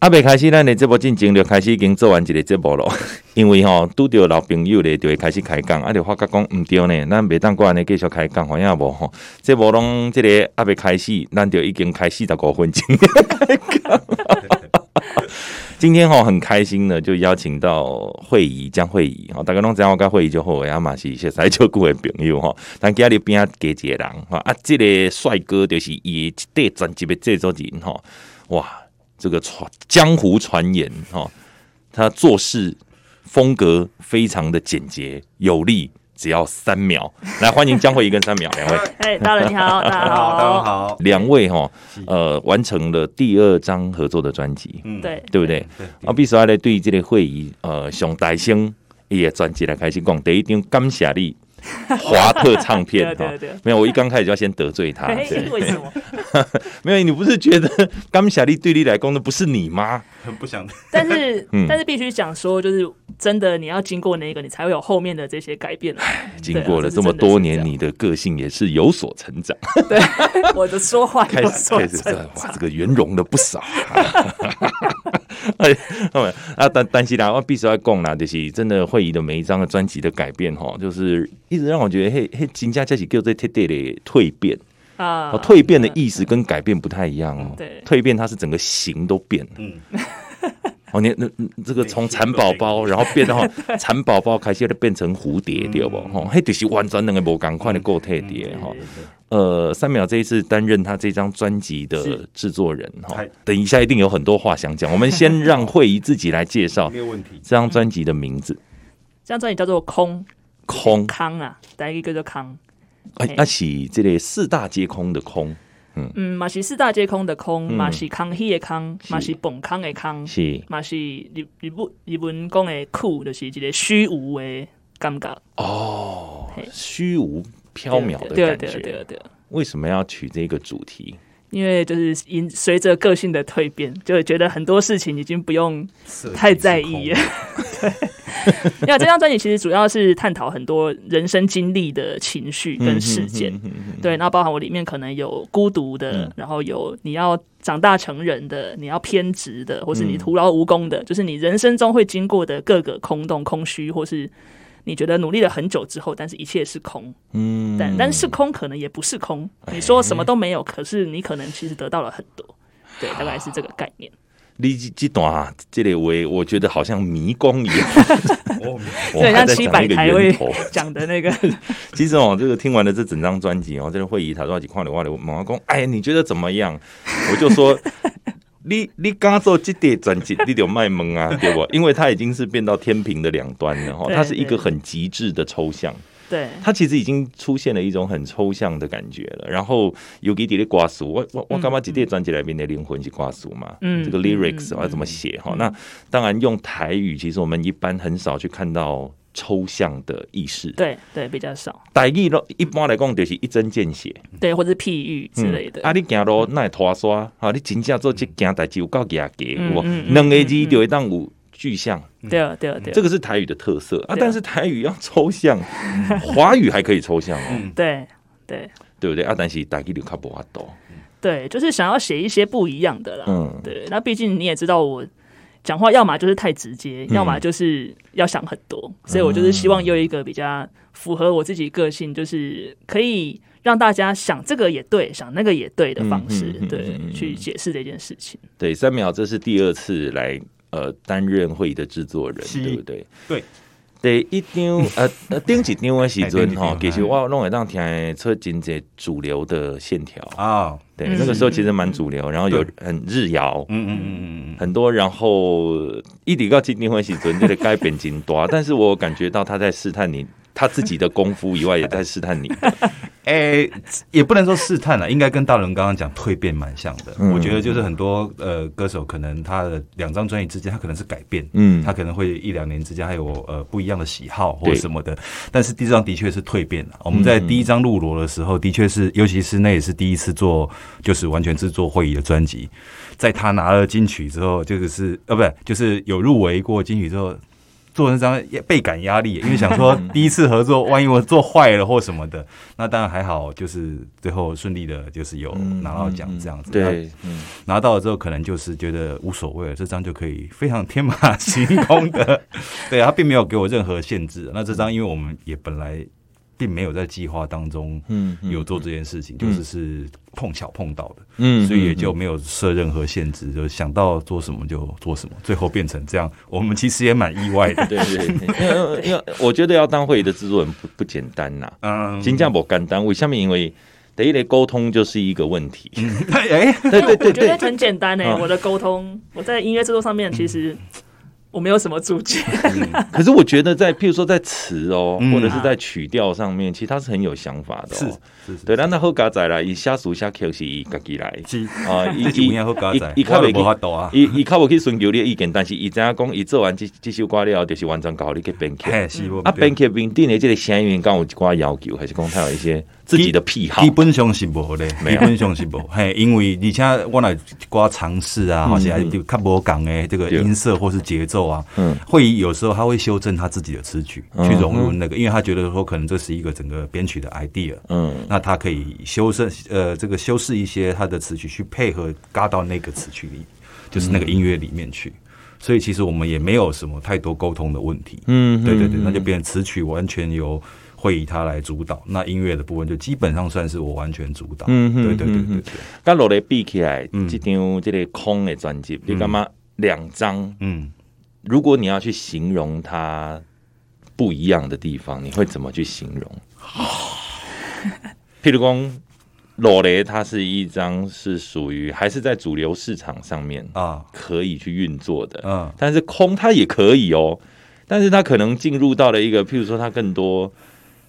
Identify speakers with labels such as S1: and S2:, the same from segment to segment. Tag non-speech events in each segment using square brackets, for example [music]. S1: 啊，未开始咱的节目进前，就开始已经做完一个节目咯。 [laughs] 因为吼、拄着老朋友咧，就会开始开讲，啊，就发觉讲毋对呢，咱袂当过安尼继续开讲，好影无吼。这无拢即个啊，未开始，咱就已经开四十五分钟。今天吼、很开心呢，就邀请到慧仪江慧仪吼，大家拢知影我甲慧仪就好，啊嘛是熟识照顾的朋友吼、咱今日边仔加一个人吼，啊，即、个帅哥就是伊的一块专辑的制作人吼、哇，这个传江湖传言哈、哦，他做事风格非常的简洁有力，只要三秒。来，欢迎江慧仪跟三秒两位，
S2: 哎，大人你好，
S1: [laughs]
S2: 大家好，
S3: 大家，好，
S1: 两位哈、哦，呃，完成了第二张合作的专辑，
S3: 嗯，
S2: 对，
S1: 对不对？啊，必须要来对这个会议，呃，上大声也专辑来开始讲，第一张感谢你。华特唱片
S2: 对
S1: 哈
S2: 对对，
S1: 没有，我一刚开始就要先得罪
S2: [laughs]
S1: 他，
S2: 哎
S1: 对，
S2: 为什么？
S1: 没有，你不是觉得感谢你对你来讲的不是你吗？
S3: 很不想
S2: 但是
S1: [laughs] 嗯
S2: 但是必须讲说，就是真的，你要经过那个，你才会有后面的这些改变。啊
S1: 经过了啊这么多年，你的个性也是有所成长。
S2: 我的说
S1: [laughs]
S2: 话
S1: 开
S2: 有
S1: 始
S2: 所
S1: 开始
S2: 成
S1: 这哇，这个圆融了不少。啊 [laughs] 哎，啊，但但是啦，我必须要讲啦，就是真的会议的每一张的专辑的改变哈，就是一直让我觉得嘿嘿，金价这是叫做特地的蜕变。
S2: 啊
S1: 哦，蜕变的意思跟改变不太一样哦。
S2: 对
S1: 蜕变它是整个形都变了。
S3: 嗯，
S1: 哦，你那那这个从蚕宝宝，然后变到蚕宝宝开始就变成蝴蝶，对不？吼，迄就是完全两个无共款的个体蝶吼。呃，三秒这一次担任他这张专辑的制作人哈
S3: 嗨，
S1: 等一下一定有很多话想讲。我们先让慧仪自己来介绍
S3: 没有问题
S1: 这。张专辑的名字《
S2: 这张专辑叫做《空
S1: 空》，
S2: 康啊，第一个叫做康，
S1: 哎，那是这个四大皆空的空，
S2: 嗯，马西四大皆空的空，
S1: 嗯
S2: 马西康熙的康，马西本康的康，
S1: 是
S2: 马西日日本日本讲的酷，就是一个虚无的感觉，
S1: 哦
S2: 嘿，
S1: 虚无缥缈的
S2: 对
S1: 感
S2: 对对对
S1: 觉。
S2: 对。
S1: 为什么要取这个主题？
S2: 因为就是因随着个性的蜕变，就觉得很多事情已经不用太在意了。 [laughs] 对，那这张专辑其实主要是探讨很多人生经历的情绪跟事件，对，那包含我里面可能有孤独的，然后有你要长大成人的，你要偏执的，或是你徒劳无功的，就是你人生中会经过的各个空洞、空虚，或是。你觉得努力了很久之后，但是一切是空，
S1: 嗯，哎
S2: 但但是空可能也不是空。你说什么都没有，可是你可能其实得到了很多。对，大概是这个概念。
S1: 你这这段啊，这类我我觉得好像迷宫一样，
S2: [laughs]
S3: 哦，
S1: 我
S2: 对，
S1: 还
S2: 像
S1: 在
S2: 七
S1: 讲
S2: 百
S1: 一个
S2: 台
S1: 源
S2: 会
S1: 头。
S2: 讲的那个，
S1: [laughs] 其实哦，这个听完了这整张专辑哦，这个会议他说几块的话的，我妈公，哎，你觉得怎么样？我就说。 [laughs] 你你刚做这点专辑，你就卖萌啊，对不？因为它已经是变到天平的两端了哈，
S2: 对
S1: 它是一个很极致的抽象，
S2: 对
S1: 它其实已经出现了一种很抽象的感觉了。然后尤其伫咧歌词，我我我干嘛这点专辑里面的灵魂是歌词嘛？
S2: 嗯
S1: 这个 lyrics 啊要怎么写哈？那当然用台语，其实我们一般很少去看到抽象的意识。
S2: 对对，比较少，
S1: 台语咯，一般来讲就是一针见血
S2: 对，或者是譬喻之类的。
S1: 嗯啊，你行路那拖沙，啊，你真正做这件代志有够严格，
S2: 嗯
S1: 有无
S2: 嗯？嗯
S1: 两个字就会当有具象，
S2: 对啊，对啊，对啊，
S1: 这个是台语的特色啊。
S2: 对
S1: 但是台语要抽
S2: [laughs]
S1: 象，华语还可以抽象哦，
S2: 对对
S1: 对不对？啊，但是台语就较无法度。
S2: 对，就是想要写一些不一样的啦。
S1: 嗯，
S2: 对，那毕竟你也知道我。讲话要么就是太直接，
S1: 嗯
S2: 要么就是要想很多，所以我就是希望有一个比较符合我自己个性，就是可以让大家想这个也对，想那个也对的方式，
S1: 嗯嗯嗯
S2: 对，
S1: 嗯嗯
S2: 去解释这件事情。
S1: 对，三秒，这是第二次来呃担任会议的制作人，
S3: 是
S1: 对不对？
S3: [laughs] 对，
S1: 第一
S3: [laughs]
S1: 张呃呃顶一张的时
S3: 哎顶
S1: 阵
S3: 一
S1: 吼
S3: 张，
S1: 其实我拢会当听得出真侪主流的线条。
S3: 啊，
S1: 对，
S2: 嗯
S1: 那个时候其实蛮主流，然后有
S3: 嗯对
S1: 很日谣。
S3: 嗯嗯嗯嗯
S1: 很多，
S3: [laughs]
S1: 然后一直到今天会时准这个改变真大，但是我感觉到他在试探你他自己的功夫以外，也在试探你。
S3: 哎、也不能说试探了，应该跟大伦刚刚讲蜕变蛮像的。
S1: 嗯
S3: 我觉得就是很多呃歌手可能他的两张专辑之间，他可能是改变，
S1: 嗯
S3: 他可能会一两年之间还有呃不一样的喜好或
S1: 对嗯
S3: 什么的。但是第一张的确是蜕变了。我们在第一张入罗的时候，的确是，尤其是那也是第一次做就是完全制作会议的专辑，在他拿了金曲之后，这个是呃不是就是有入围过金曲之后。做那张也倍感压力，因为想
S1: [laughs]
S3: 说第一次合作，万一我做坏了或什么的，那当然还好，就是最后顺利的，就是有嗯拿到奖这样子。
S1: 嗯对，嗯
S3: 那拿到了之后，可能就是觉得无所谓了，这张就可以非常天马行空
S1: [laughs]
S3: 的，对，他并没有给我任何限制。啊那这张，因为我们也本来并没有在计划当中
S1: 嗯嗯
S3: 有做这件事情，就是是碰巧碰到的，
S1: 嗯
S3: 所以也就没有设任何限制，就想到做什么就做什么，最后变成这样，我们其实也蛮意外
S1: [laughs]
S2: [laughs]
S3: 的。
S1: 对对，对因为因为我觉得要当会议的制作人不不简单呐、
S3: 嗯，
S1: 新加坡简单，为什么？因为第一类沟通就是一个问题。
S3: 哎，
S1: [laughs] 对对对
S2: 我觉得
S1: 对，
S2: 很简单诶、
S1: 嗯
S2: 我的沟通，我在音乐制作上面其实我没有什么主见，
S1: 可是我觉得在譬如说在词哦，
S3: 嗯
S1: 或者是在曲调上面，其实他是很有想法的、
S3: 是
S1: 哦。
S3: 是是，
S1: 对，咱那后嘎仔来，伊下属下 Q 是伊家己来
S3: 是 [laughs]
S1: 啊，伊
S3: 自己有影好加载
S1: 伊较
S3: 我
S1: 袂
S3: 就无法度啊
S1: 伊伊较无去寻求你的意见，但是伊知影讲伊做完这这首歌了，就是完全搞你去编曲。
S3: 嘿，是我
S1: 啊，
S3: 们对
S1: 编曲面顶的这个声音，敢有一寡要求，还是讲他有一些自己的癖好
S3: 基？本上是无咧，
S1: 没
S3: 基
S1: 有
S3: 本上
S1: [laughs]
S3: 是无，嘿，因为而且我来寡尝试啊，或是还有较无共诶这个
S1: 嗯对
S3: 音色或是节奏啊，
S1: 嗯
S3: 会有时候他会修正他自己的词曲
S1: 嗯
S3: 去融入那个，因为他觉得说可能这是一个整个编曲的 idea，
S1: 嗯，
S3: 那他可以修正呃这个修饰一些他的词曲去配合嘎到那个词曲里，就是
S1: 嗯
S3: 那个音乐里面去。所以其实我们也没有什么太多沟通的问题，
S1: 嗯
S3: 对对对，
S1: 嗯
S3: 那就变成词曲完全由会议他来主导，那音乐的部分就基本上算是我完全主导，
S1: 嗯哼
S3: 对对对
S1: 嗯哼
S3: 对对，
S1: 跟落来比起来，
S3: 嗯
S1: 这张这个空的专辑，你干嘛两张？
S3: 嗯，
S1: 如果你要去形容它不一样的地方，你会怎么去形容？
S3: 啊
S1: [laughs] 譬如讲，裸雷它是一张是属于还是在主流市场上面
S3: 啊
S1: 可以去运作的，
S3: 嗯
S1: 但是空它也可以哦，但是它可能进入到了一个譬如说它更多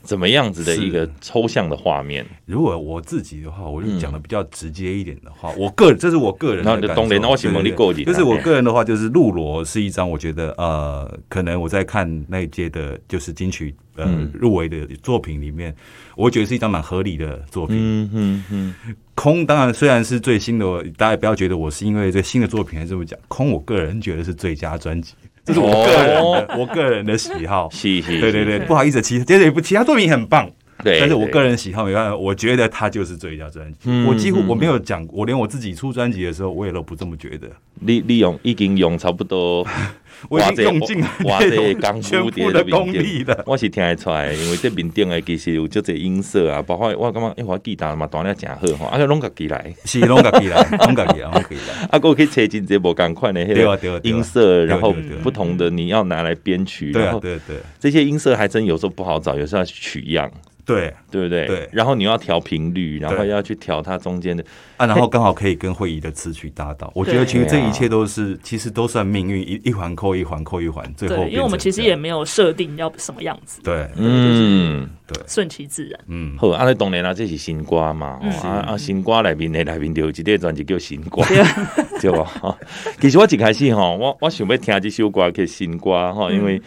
S1: 怎么样子的一个
S3: 是
S1: 抽象的画面，
S3: 如果我自己的话，我就讲的比较直接一点的话，我个人这是我个人的
S1: 然后
S3: 感
S1: 就
S3: 受。
S1: 当然嗯那我是问你个人啊
S3: 对对对就是我个人的话，就是《陆罗》是一张我觉得呃，可能我在看那一届的，就是金曲呃
S1: 嗯
S3: 入围的作品里面，我觉得是一张蛮合理的作品。
S1: 嗯嗯嗯，
S3: 空当然虽然是最新的，大家也不要觉得我是因为这新的作品才这么讲。空，我个人觉得是最佳专辑，这是我个人的、
S1: 哦
S3: 我个人的喜 [laughs] 好。
S1: 是是，
S3: 对对
S1: 是
S3: 对，不好意思，其实这也不其他作品也很棒，
S1: 对
S3: 但是我
S1: 对
S3: 个人喜好没办法，我觉得他就是最佳专辑。
S1: 嗯
S3: 我几乎
S1: 嗯
S3: 我没有讲，我连我自己出专辑的时候，我也都不这么觉得。，
S1: 利利用已经用差不多
S3: [laughs] 我已经用尽了
S1: 哇
S3: 这
S1: 这
S3: 种
S1: 个功
S3: 全
S1: 夫
S3: 部
S1: 在
S3: 的
S1: 面
S3: 功
S1: 顶
S3: 力了
S1: 我是听得出来，因为这面顶的其实有足侪音色啊，包括我感觉一会儿吉他嘛弹了真好吼，啊个拢家己来，
S3: 是拢家己来，拢家己来，拢家己来。
S1: 啊个去找真侪无共款的迄
S3: 对啊对啊
S1: 个
S3: 对啊
S1: 音色，然后
S3: 对啊对啊
S1: 不同的你要拿来编曲，
S3: [laughs] 对
S1: 然
S3: 啊，
S1: 后
S3: 对啊对啊
S1: 这些音色还真有时候不好找，有时候要去取样。
S3: 对
S1: 对不对？
S3: 对
S1: 然后你要调频率，然后
S3: 对
S1: 要去调它中间的，
S3: 啊，然后刚好可以跟会议的词曲搭档。我觉得其实这一切都是，其实都算命运一一环扣一环扣一环，最后
S2: 对，因为我们其实也
S3: 变
S2: 没有设定要什么样子，
S3: 成这样对，
S1: 嗯，
S2: 顺其自然。
S3: 嗯，
S1: 好，啊，你当然啦，这是新歌嘛，吼啊啊，新歌内面的内面就有一个专辑叫新歌， [laughs] 对吧？吼其实我一开始吼，我我想要听这首歌叫新歌吼，因为、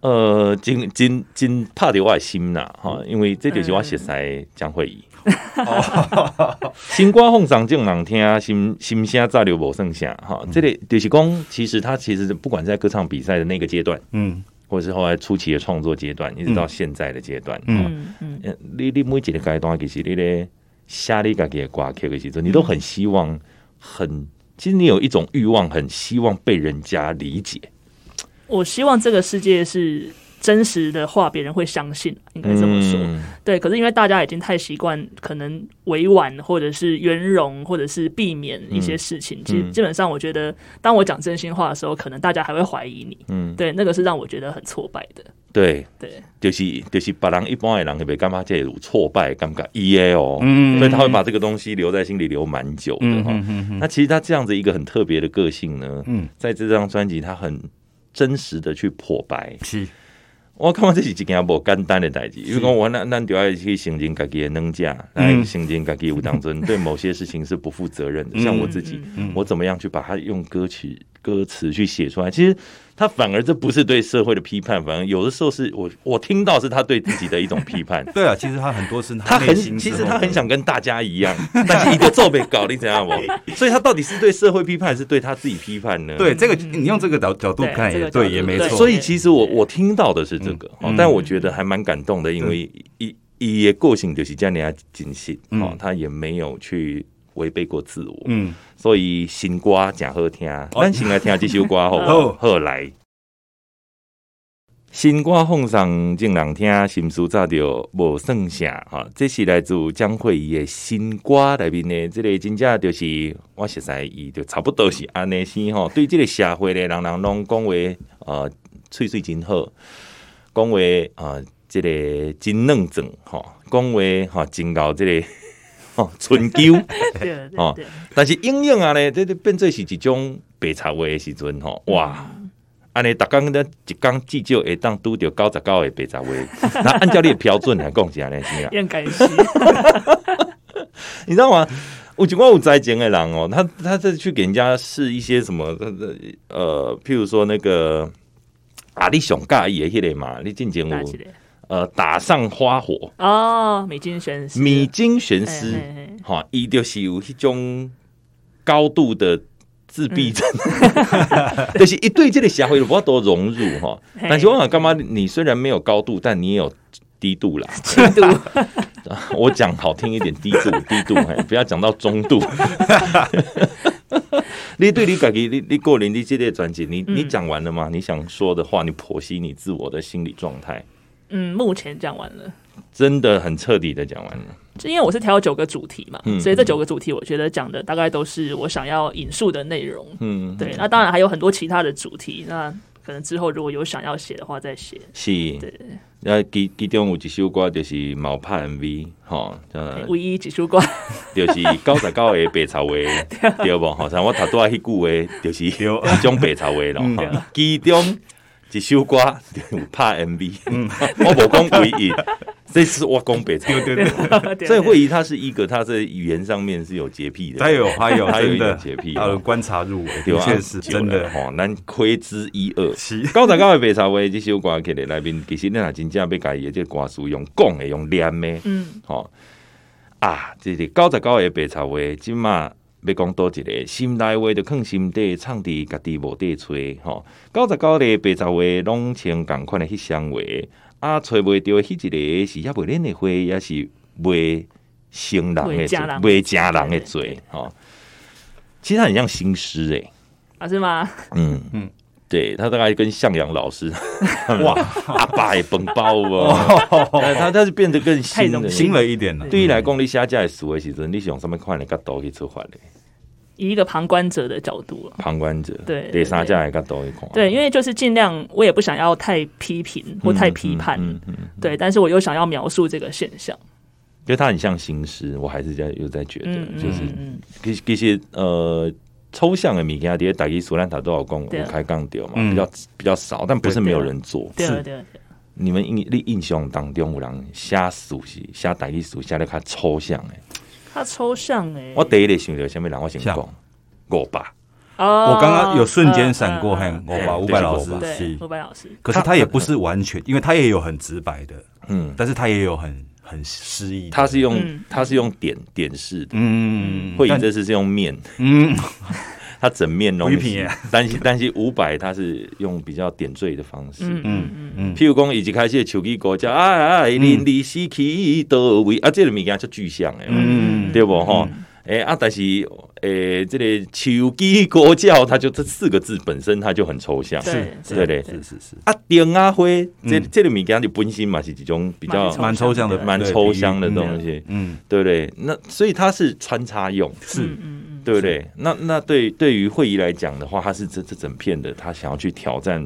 S1: 呃，真真真拍着我的心啦，吼，因为这就是我熟悉江惠仪。新歌奉上正人听，心心声早就无剩下哈。这个就是讲，其实他其实不管在歌唱比赛的那个阶段，
S3: 嗯，
S1: 或者是后来初期的创作阶段，一直到现在的阶段，
S3: 嗯
S1: 嗯，
S2: 嗯嗯，
S1: 呃你你每一个阶段其实你咧写你家己的歌曲的时阵，你都很希望很，其实你有一种欲望，很希望被人家理解。
S2: 我希望这个世界是真实的话，别人会相信，啊应该这么说。
S1: 嗯
S2: 对，可是因为大家已经太习惯可能委婉，或者是圆融，或者是避免一
S1: 嗯
S2: 些事情。其实基本上，我觉得当我讲真心话的时候，可能大家还会怀疑你。
S1: 嗯，
S2: 对，那个是让我觉得很挫败的。
S1: 对，
S2: 对，
S1: 就是就是别人一般的人会干嘛？这有挫败的感觉，伊的哦，
S3: 嗯
S1: 所以他会把这个东西留在心里留蛮久的哈、那其实他这样子一个很特别的个性呢，
S3: 嗯，
S1: 在这张专辑他很真实的去破白，
S3: 是，
S1: 我感觉这是一件无简单的代志，因为讲我咱咱就要去承认家己的能价，
S3: 嗯
S1: 来承认家己有当中对某些事情是不负责任
S3: 嗯
S1: 的。像我自己，我怎么样去把它用歌曲歌词去写出来？其实他反而这不是对社会的批判，反而有的时候是我我听到是他对自己的一种
S3: [laughs]
S1: 批判。
S3: 对啊，其实他很多是
S1: 他
S3: 内
S1: 很
S3: 心之
S1: 其
S3: 后
S1: 实他很想跟大家
S3: [laughs]
S1: 一样，但是一个皱被搞，你怎样不？所以他到底是对社会批判，还是对他自己批判呢？
S3: 对这个你用这个角角度
S2: 对
S3: 看
S2: 这
S3: 也
S2: 个角
S3: 对，
S2: 度
S3: 也没
S2: 对
S3: 错。
S1: 所以其实我我听到的是这个，
S3: 嗯
S1: 哦但我觉得还蛮感动的，因为一一的个性就是这样，人家谨慎，哦
S3: 嗯，
S1: 他也没有去违背过自我，
S3: 嗯，
S1: 所以新歌真好听，咱先来听这首歌好
S3: 好
S1: 好来。新歌奉上正人听，心事早就无算啥哈。这是来自江惠仪的新歌内面的，这个真正就是我实在伊就差不多是安尼先吼。对这个社会的人人拢讲话呃，喙喙真好，讲话呃，这个真认真吼，讲话吼真够这个 [laughs] 吼春秋。
S2: [laughs] 对对
S1: 哦
S2: 对，啊
S1: 但是应用啊呢，这这变做是一种白茶话的时阵吼，
S2: 嗯
S1: 哇！安尼，逐工咱一工至少会当拄着九十九个白茶话，那 [laughs] 按照你的标准来讲是安尼
S2: [laughs]
S1: 是啊，
S2: 燕感西，
S1: 你知道吗？有一寡有才情的人哦，他他这去给人家试一些什么，呃，譬如说那个啊，你上介意的迄个嘛，你进前
S2: 哪一
S1: 有
S2: 个？
S1: 呃打上花火，
S2: 哦，美金选手，
S1: 米津玄师
S2: 嘿嘿嘿，
S1: 哈，伊就是有迄种高度的自闭症， [laughs] 就是一对这个社会无法多融入哈。
S2: 嗯嘿
S1: 但是我干嘛？你虽然没有高度，但你也有低度啦。
S2: 轻度，
S1: [laughs] 我讲好听一点，低度低度，嘿不要讲到中度。 [laughs] 你对你自己，你你个人你这类专辑，你
S2: 嗯
S1: 你讲完了吗？你想说的话，你剖析你自我的心理状态，
S2: 嗯，目前讲完了。
S1: 真的很彻底的讲完了。
S2: 就因为我是挑九个主题嘛，
S1: 嗯
S2: 所以这九个主题我觉得讲的大概都是我想要引述的内容。
S1: 嗯，
S2: 对，那当然还有很多其他的主题，那可能之后如果有想要写的话再写。
S1: 是，啊，其其中有一首歌就是毛拍 MV，吼，呃，
S2: 唯一几束光，
S1: 就是九十九个白草话，对无吼，像我头拄仔迄句话，就是一种白草话咯。
S3: 嗯
S1: 吼其中一首歌就有拍 MV，我
S3: 嗯
S1: [laughs] 无讲唯一，这是我讲白草话。
S3: 对对对，
S1: 所以
S2: 会
S1: 惠仪他是一个，他在语言上面是有洁癖的。
S3: 他有他有
S1: [laughs] 他有一
S3: 真的
S1: 点洁癖
S3: 他有观察入微，
S1: 对
S3: 的
S1: 啊
S3: 确是真的。
S1: 吼，咱窥之一二。
S3: 是
S1: [laughs] 九十九的白茶话这首歌起来内面，其实你若真正要家己的这个歌词用讲的用念的，
S2: 嗯，
S1: 吼、啊，这是九十九个白茶话，即马要讲多一个心内话，就放心底，藏伫家己无底吹，吼、九十九个白茶话拢穿共款的迄双话，啊，揣袂着迄一个是也袂恁的花，也是袂成人的
S2: 袂
S1: 罪
S2: 成人，
S1: 袂成人的
S2: 对对
S1: 罪
S2: 对，
S1: 吼、其实它很像新诗欸诶、
S2: 啊是吗？
S1: 嗯嗯
S3: 嗯，
S1: 对他大概跟向阳老 [laughs] 师，哇，阿爸的本包哦，但他他是变得更新
S2: 太
S1: 的，
S2: 荣
S3: 新了一点了，啊
S1: 对于来讲，你写这的词的时阵，你是用什么款的角度去出发的？
S2: 以一个旁观者的角度了。
S1: 旁观者
S2: 对
S1: 第三者的角度去看，
S2: 对，因为就是尽量，我也不想要太批评或太批判，
S1: 嗯嗯嗯
S2: 对，但是我又想要描述这个现象，
S1: 因为它很像新诗，我还是在又在觉得
S2: 嗯，嗯
S1: 就是
S2: 嗯嗯，
S1: 其实其实呃。抽象的物件，底下大家苏兰塔都有讲
S2: 对啊
S1: 有开杠掉嘛，
S3: 嗯
S1: 比较比较少，但不是
S3: 对
S1: 没有人做。
S2: 对啊对对，
S1: 你们印你印象当中有人写熟是写大家熟写的较抽象的，
S2: 他抽象哎，
S1: 我第一个想到什么人，我先讲
S3: 像
S1: 五百，
S2: 哦
S3: 我刚刚有瞬间闪过，嘿
S2: 嗯嗯，
S3: 我
S1: 对
S3: 把伍
S1: 对
S3: 佰老
S1: 是
S3: 师
S1: 我
S2: 嗯对
S3: 是，，
S2: 伍佰老师，
S3: 可是他也不是完全，因为他也有很直白的，
S1: 嗯，
S3: 但是他也有很很诗意的。
S1: 他是用、
S2: 嗯
S1: 他是用点点式的，
S3: 嗯
S1: 会议这次是用面，
S3: 嗯
S1: [laughs] 它整面东
S3: 微
S1: 西
S3: 平耶，
S1: 但是但是五百它是用比较点缀的方式。
S2: 嗯嗯嗯，
S3: 嗯
S1: 譬如讲，以及开始的手机歌叫啊啊，零零四去到位啊，这个物件就具象诶，
S3: 嗯，
S1: 对不吼？诶、啊，但是诶、这个手机歌叫，它就这四个字本身它就很抽象，
S2: 对
S1: 是对对
S3: 是是嗯是，
S1: 啊，丁啊灰，这、这个物件就本身嘛是一种比较
S3: 蛮抽象的，
S1: 蛮
S3: 对
S1: 抽象的
S3: 比喻
S1: 东西，
S3: 嗯，
S1: 对不对？那所以它是穿插用，
S3: 是
S1: 对不对？那那对对于会议来讲的话，它是这这整片的，他想要去挑战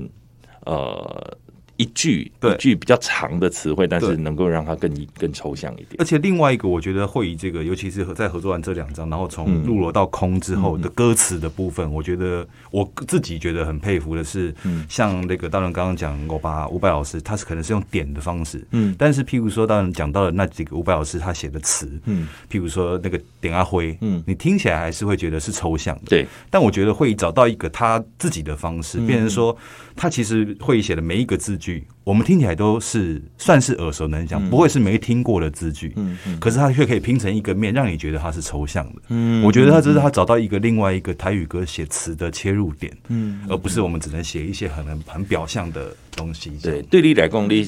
S1: 呃一句
S3: 对
S1: 一句比较长的词汇，但是
S3: 对
S1: 能够让它更更抽象一点
S3: 而。且另外一个，我觉得会以这个，尤其是在合作完这两张，然后从入罗到空之后的歌词的部分，我觉得我自己觉得很佩服的是，
S1: 嗯
S3: 像那个大人刚刚讲我把伍佰老师，他是可能是用点的方式，嗯，但是譬如说大人讲到了那几个伍佰老师他写的词，嗯，譬如说那个点阿辉，嗯，你听起来还是会觉得是抽象的，
S1: 对，
S3: 但我觉得会找到一个他自己的方式，变成说他其实会写的每一个字句，我们听起来都是算是耳熟能详，不会是没听过的字句。嗯嗯。可是他却可以拼成一个面，让你觉得它是抽象的。嗯，我觉得他这是他找到一个另外一个台语歌写词的切入点，嗯，而不是我们只能写一些很很表象的东西。
S1: 对，，对你来讲，你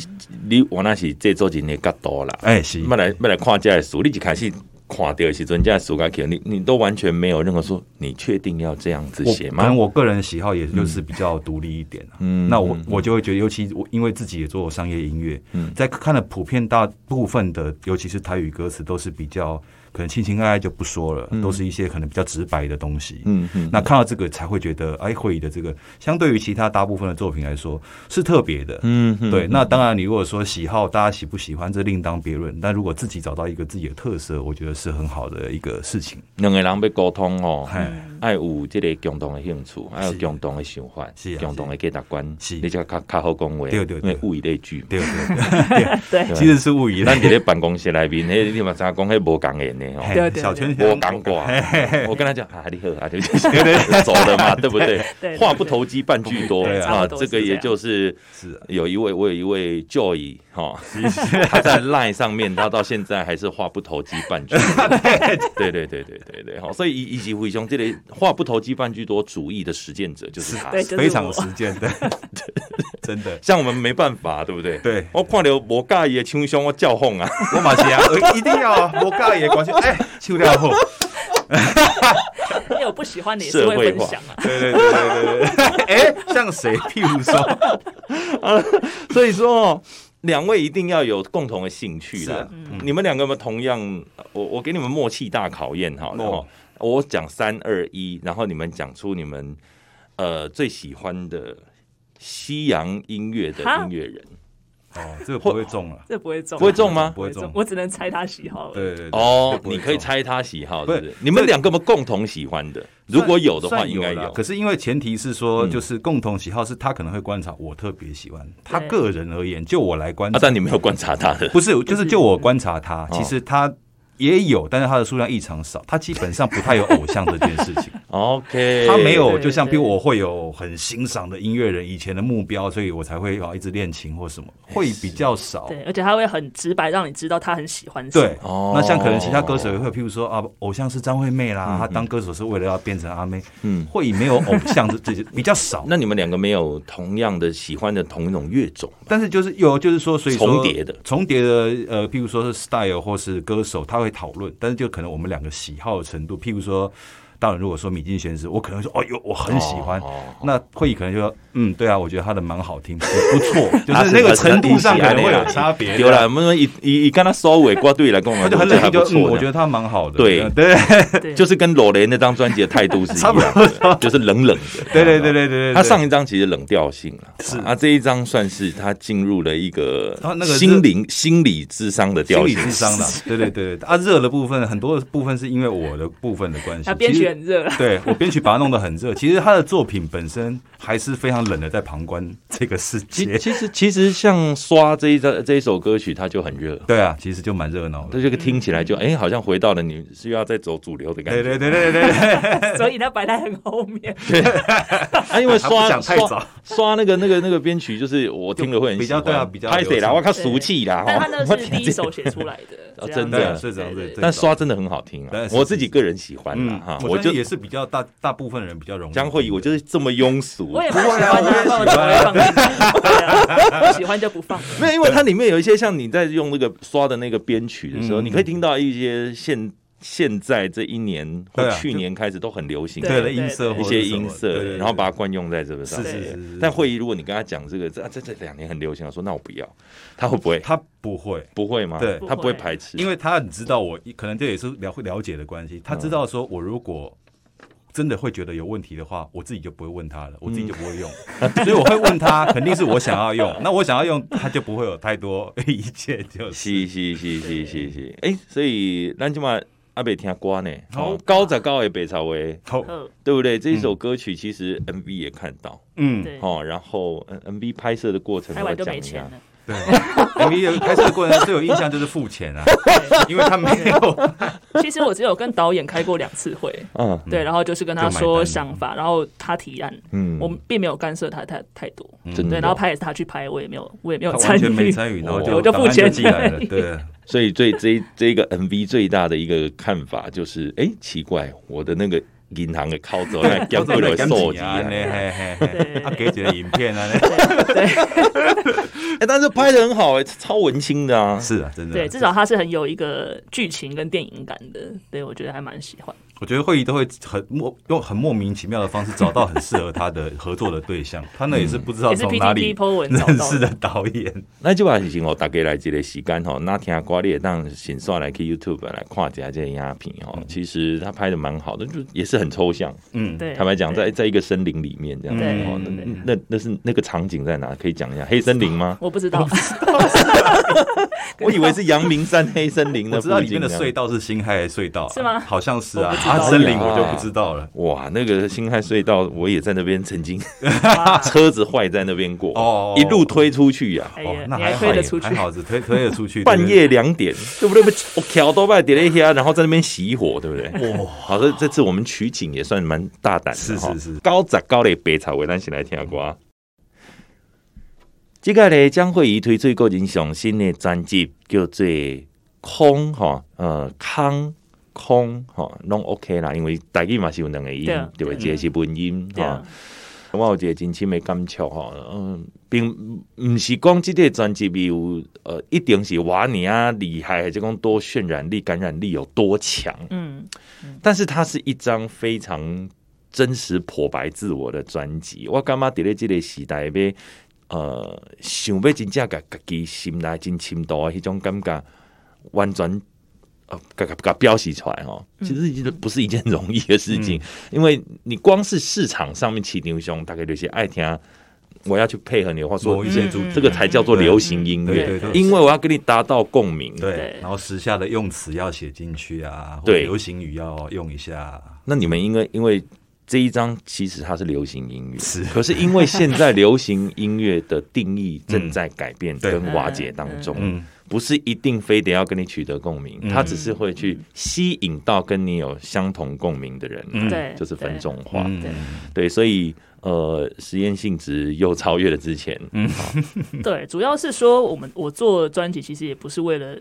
S1: 你我那是这做人的角度啦。
S3: 哎，是，
S1: 要来要来看这些书，你一开始看到的时阵，这些书甲去，你你都完全没有任何说，你确定要这样子
S3: 我
S1: 写
S3: 可
S1: 吗
S3: 能？我个人喜好也就是比较独立一点、啊、嗯，那我我就会觉得，尤其我因为自己也做商业音乐，嗯，在看了普遍大部分的，尤其是台语歌词，都是比较可能情情爱爱就不说了，都是一些可能比较直白的东西。嗯嗯，那看到这个才会觉得，哎，会议的这个相对于其他大部分的作品来说是特别的。嗯，对。那当然，你如果说喜好，大家喜不喜欢这另当别论。但如果自己找到一个自己的特色，我觉得是很好的一个事情。
S1: 两个人要沟通哦
S3: 嗨，
S1: 爱有这个共同的兴趣，还有共同的想法
S3: 是，啊
S1: 共同的价值观，
S3: 是
S1: 你才较较好讲话，
S3: 对对对
S1: 因为物以类
S3: [laughs]
S1: 聚嘛。
S3: 对对对
S2: 对
S3: 其实是物以类
S1: 咱伫咧办公室内面，迄你嘛知影讲，迄无共言的吼，
S2: 对对
S3: 小圈
S1: 无
S3: 圈
S1: 共挂。啊我跟他讲啊，你好啊，对不起，走了嘛，对不对
S2: 对对？
S1: 话不投机半句多
S3: 对
S2: 差
S1: 啊，
S2: 不多
S1: 这
S2: 是
S1: 个
S2: 这
S1: 也
S2: 样
S1: 就是
S3: 是啊
S1: 有一位，我有一位 Joy 哈， [laughs] 他在 Line 上面，他到现在还是话不投机半句多。对对对对对对，好，所以以以及胡兄这类话不投机半句多主义的实践者啊就是他。
S2: 对，就是
S3: 非常
S2: 我
S3: 实践的，真的。
S1: 像我们没办法，对不对？
S3: 对
S1: 我看到无介意的枪凶，我叫哄啊。
S3: 我马西啊，呃一定要啊，我尬也关心。哎，秋料后，
S2: 因为我不喜欢的也是
S1: 社
S2: 会
S1: 会
S2: 分
S1: 化
S2: 享啊。
S3: 对对对对对对。哎，像谁？譬如说， [laughs]
S1: 所以说哦，两位一定要有共同的兴趣
S3: 是
S1: 啦
S3: 啊。
S1: 你们两个有没有同样？我我给你们默契大考验好了
S3: 哦
S1: 哦。我讲三二一，然后你们讲出你们呃最喜欢的西洋音乐的
S2: 哈
S1: 音乐人。
S3: 哦，这个不会中了，
S2: 这不会中啊，
S1: 不会中吗
S3: 不会中
S2: 我只能猜他喜好了。
S3: 对对对
S1: 哦
S3: 这，不会
S1: 你
S3: 中
S1: 可以猜他喜好，
S3: 不
S1: 对
S3: 是
S1: 不对？你们两个有没有共同喜欢的？如果有的话，
S3: 算
S1: 应该
S3: 啦
S1: 有
S3: 可。是因为前提是说，
S1: 嗯
S3: 就是共同喜好是他可能会观察我特别喜欢，他
S2: 对
S3: 个人而言，就我来观察，
S1: 啊，但你没有观察他的。
S3: 不是，就是就我观察他，
S1: 嗯
S3: 其实他也有，但是他的数量异常少，他基本上不太有偶像这件事情。
S1: OK，
S3: 他没有，
S2: 对
S3: 就像比如
S2: 对
S3: 我会有很欣赏的音乐人以前的目标，所以我才会啊一直练琴或什么，会比较少。
S2: 对，而且他会很直白让你知道他很喜欢什么
S3: 对，
S1: 哦
S3: 那像可能其他歌手也会，譬如说啊，偶像是张惠妹啦，她当歌手是为了要变成阿妹，嗯，会没有偶像这这些比较少。
S1: 那你们两个没有同样的喜欢的同一种乐种。
S3: 但是就是有，就是说，所以说
S1: 重叠的
S3: 重叠的，呃，譬如说是 style 或是歌手，他会讨论，但是就可能我们两个喜好的程度，譬如说，当然如果说米津玄师，我可能说，哦哟，我很喜欢，
S1: 哦哦
S3: 那会议可能就说，嗯，对啊，我觉得他的蛮好听，不错，
S1: [laughs]
S3: 就是那
S1: 啊
S3: 个
S1: 是啊
S3: 程度上
S1: 是
S3: 可
S1: 啊
S3: 能会有
S1: 是啊
S3: 差别，
S1: 对啦，我们以以以跟他收尾瓜对来跟
S3: 他
S1: 我们
S3: 就很
S1: 这
S3: 冷
S1: 还
S3: 静，就
S1: 不错
S3: 嗯，
S1: 的。
S3: 我觉得他蛮好的，
S1: 对
S3: 嗯对
S2: 对，
S1: 就是跟裸雷那张专辑的态度是一样的，就是冷冷的。 [laughs]
S3: 对对对对对对，
S1: 他上一张其实冷调性了，是啊，这一张算是他进入了一个
S3: 他那个是
S1: 心灵心理智商的
S3: 心
S1: 调
S3: 理
S1: 性，
S3: 智商的，对对对对，啊，热的部分很多的部分是因为我的部分的关系，
S2: 他编
S3: 其
S2: 曲
S3: 实 [laughs]
S2: 很热了。啊
S3: 对我编曲把它弄得很热，其实他的作品本身还是非常冷的，在旁观这个世
S1: 其
S3: 界。
S1: 其实其实像刷这一张这一首歌曲，它就很热，
S3: 对啊，其实就蛮热闹的。
S1: 这就听起来就哎，好像回到了你需要再走主流的感
S3: 对
S1: 觉。
S3: 对对对对 [laughs] 对，
S2: 所以他摆在很后面。
S1: 啊，因为
S3: 还不
S1: 刷
S3: 想太
S1: 刷
S3: 早
S1: 刷那个那个那个编曲，就是我听了会很
S3: 比较
S1: 喜欢
S3: 对啊比较
S1: 拍谁
S3: 流
S1: 啦，
S3: 畅
S1: 我靠俗气啦，
S2: 但
S1: 吼
S2: 他那个是第一首写出来的，
S1: 哦
S2: 这
S1: 真
S2: 样子
S3: 对
S1: 的
S3: 啊，是这样
S2: 对
S3: 对
S2: 对。
S1: 但刷真的很好听啊
S3: 对，是
S1: 我自己个人喜欢啦
S3: 嗯
S1: 哈，，
S3: 我
S1: 啊我
S3: 就
S1: 就
S3: 也是比较大大部分人比较容易。
S1: 江惠仪，我就是这么庸俗
S2: 我。也蛮喜欢的，那我怎么会放进去？对啊不喜欢就不放。
S1: 没有，因为它里面有一些像你在用那个刷的那个编曲的时候，
S3: 嗯
S1: 你可以听到一些现现在这一年
S3: 对
S1: 或
S3: 啊
S1: 去年开始都很流行
S2: 对
S3: 对
S1: 的
S3: 了音色或
S1: 一
S3: 者
S1: 些
S3: 什么
S1: 音
S3: 对对对
S1: 色，然后把它惯用在这个上
S3: 是是
S1: 面。
S3: 是是
S1: 但惠仪，如果你跟他讲这个，这啊这这两年很流行，我说那我不要，他会不会？
S3: 他不会，
S1: 不会吗？
S3: 对
S1: 他不会排斥，
S3: 因为他很知道我，可能这也是了了解的关系。他知道说我如果真的会觉得有问题的话，我自己就不会问他了，我自己就不会用，所以我会问他，肯定是我想要用，那我想要用，他就不会有太多 [laughs] 意见，就是。
S1: 是是是是是是，诶，所以咱即嘛阿北听歌呢，好高十高的北朝威，
S3: 好，
S2: 呃，
S1: 对不对？这一首歌曲其实 MV 也看到
S3: 嗯，
S2: 对，
S1: 哦，然后呃 MV 拍摄的过程
S2: 拍
S1: 我
S2: 完就
S1: 讲
S2: 没
S1: 一
S2: 钱
S1: 下，
S2: 了。
S3: 对，你有开车的过程最有印象就是付钱啊，因为他没有，
S2: 其实我只有跟导演开过两次会，
S1: 嗯
S2: 对，然后就是跟他
S3: 就买单
S2: 说
S3: 了
S2: 想法，然后他提案，
S1: 嗯，
S2: 我们并没有干涉他太太多，
S1: 真
S2: 对，
S1: 的，
S2: 然后拍也是他去拍，我也没有，我也没有
S3: 他
S2: 参
S3: 完全没
S2: 与，
S3: 参与，然后
S1: 我
S3: 就
S2: 我就
S3: 档
S2: 付
S3: 案
S2: 钱
S3: 寄来了，
S2: 而已
S3: 对，
S1: 所以最这这个 MV 最大的一个看法就是，诶，奇怪，我的那个银行的靠走，那
S3: [laughs] 叫
S1: 江贵的手机
S3: 啊，
S1: 啊，
S3: 嘿
S1: 哎，
S3: 嘿嘿，他给几个影片啊，
S1: 但是拍的很好，诶，超文青的啊，
S3: 是啊，真的，
S2: 对，至少他是很有一个剧情跟电影感的，对我觉得还蛮喜欢。
S3: 我觉得会议都会很莫用很莫名其妙的方式找到很适合他的合作的对象，他那也是不知道
S2: 也是
S3: 从哪
S2: PTT
S3: 里
S2: po 文找
S3: 认
S2: 到
S3: 识
S2: 的
S3: 的导演。
S1: 那就把是哦，大家来这个时间吼，那听歌你也当先刷来去 YouTube 来看一下这个影片哦。其实他拍的蛮好的，就也是很抽象。
S3: 嗯，
S2: 对，
S1: 坦白讲，
S2: 对
S1: 在在一个森林里面这样子
S2: 对
S1: 哦，
S2: 对对？
S1: 那那那是那个场景在哪？可以讲一下黑森林吗
S2: 我不知道，
S1: [laughs] 我以为是阳明山黑森林
S3: 我
S1: 的
S3: 知道
S1: 附
S3: 里面
S1: 近
S3: 的
S1: 这样
S3: 隧道是辛亥隧道啊，
S2: 是吗
S3: 好像是啊，
S2: 我不知道
S3: 啊，森林我就不知道了。
S1: 哇，那个辛亥隧道，我也在那边
S3: [laughs]
S1: 曾经
S2: 哇
S1: 车子坏在那边过
S3: 哦，
S1: 一路推出去啊呀、
S2: 哎
S3: 哦
S2: 呀，，
S3: 那
S2: 你
S3: 还好
S2: 推得
S3: 耶，
S2: 出去
S3: 还，好只推推得出去。
S1: [laughs] 半夜两点，对不对？我桥都把跌了一下，然后在那边熄火，对不对？哇！好的，这次我们取景也算蛮大胆的哦
S3: 是
S1: 哈
S3: 是是
S1: 高十高的白茶，我咱先来听歌。这个呢，江惠仪推出个人上新的专辑，叫做《空》哈，呃，康空哈，拢 OK 啦，因为大家嘛是有两个音
S2: 对啊，
S1: 对不对？
S2: 对
S1: 一个是文音
S2: 对
S1: 哈
S2: 啊。，
S1: 我有一个真深的感触吼，嗯，并毋是讲即个专辑有呃，一定是瓦尼啊厉害，还是讲多渲染力、感染力有多强，
S2: 嗯，
S1: 但是它是一张非常真实、剖白自我的专辑。我感觉伫咧即个时代要呃，想要真正甲家己心内真深度的迄种感觉，完全呃，甲甲甲表示出来哦，
S3: 嗯
S1: 其实已经不是一件容易的事情，因为你光是市场上面起牛熊，大概有些爱听。我要去配合你的话说，
S3: 某一些嗯
S2: 主题
S1: 这个才叫做流行音
S3: 对
S1: 乐
S3: 对对，对
S1: 因为我要跟你达到共鸣。
S3: 对
S2: 对，
S3: 然后时下的用词要写进去啊，或
S1: 对
S3: 流行语要用一下。
S1: 那你们因为因为这一张其实它是流行音乐，是，可是因为现在流行音乐的定义正在改变
S3: 对
S1: 跟瓦解当中，
S3: 嗯，
S1: 不是一定非得要跟你取得共鸣，它只是会去吸引到跟你有相同共鸣的人，
S3: 嗯
S2: 对，
S1: 就是分
S2: 对
S1: 众化，
S2: 对
S1: 对，所以呃，实验性质又超越了之前，
S3: 嗯
S2: 嗯对，主要是说我们我做专辑其实也不是为了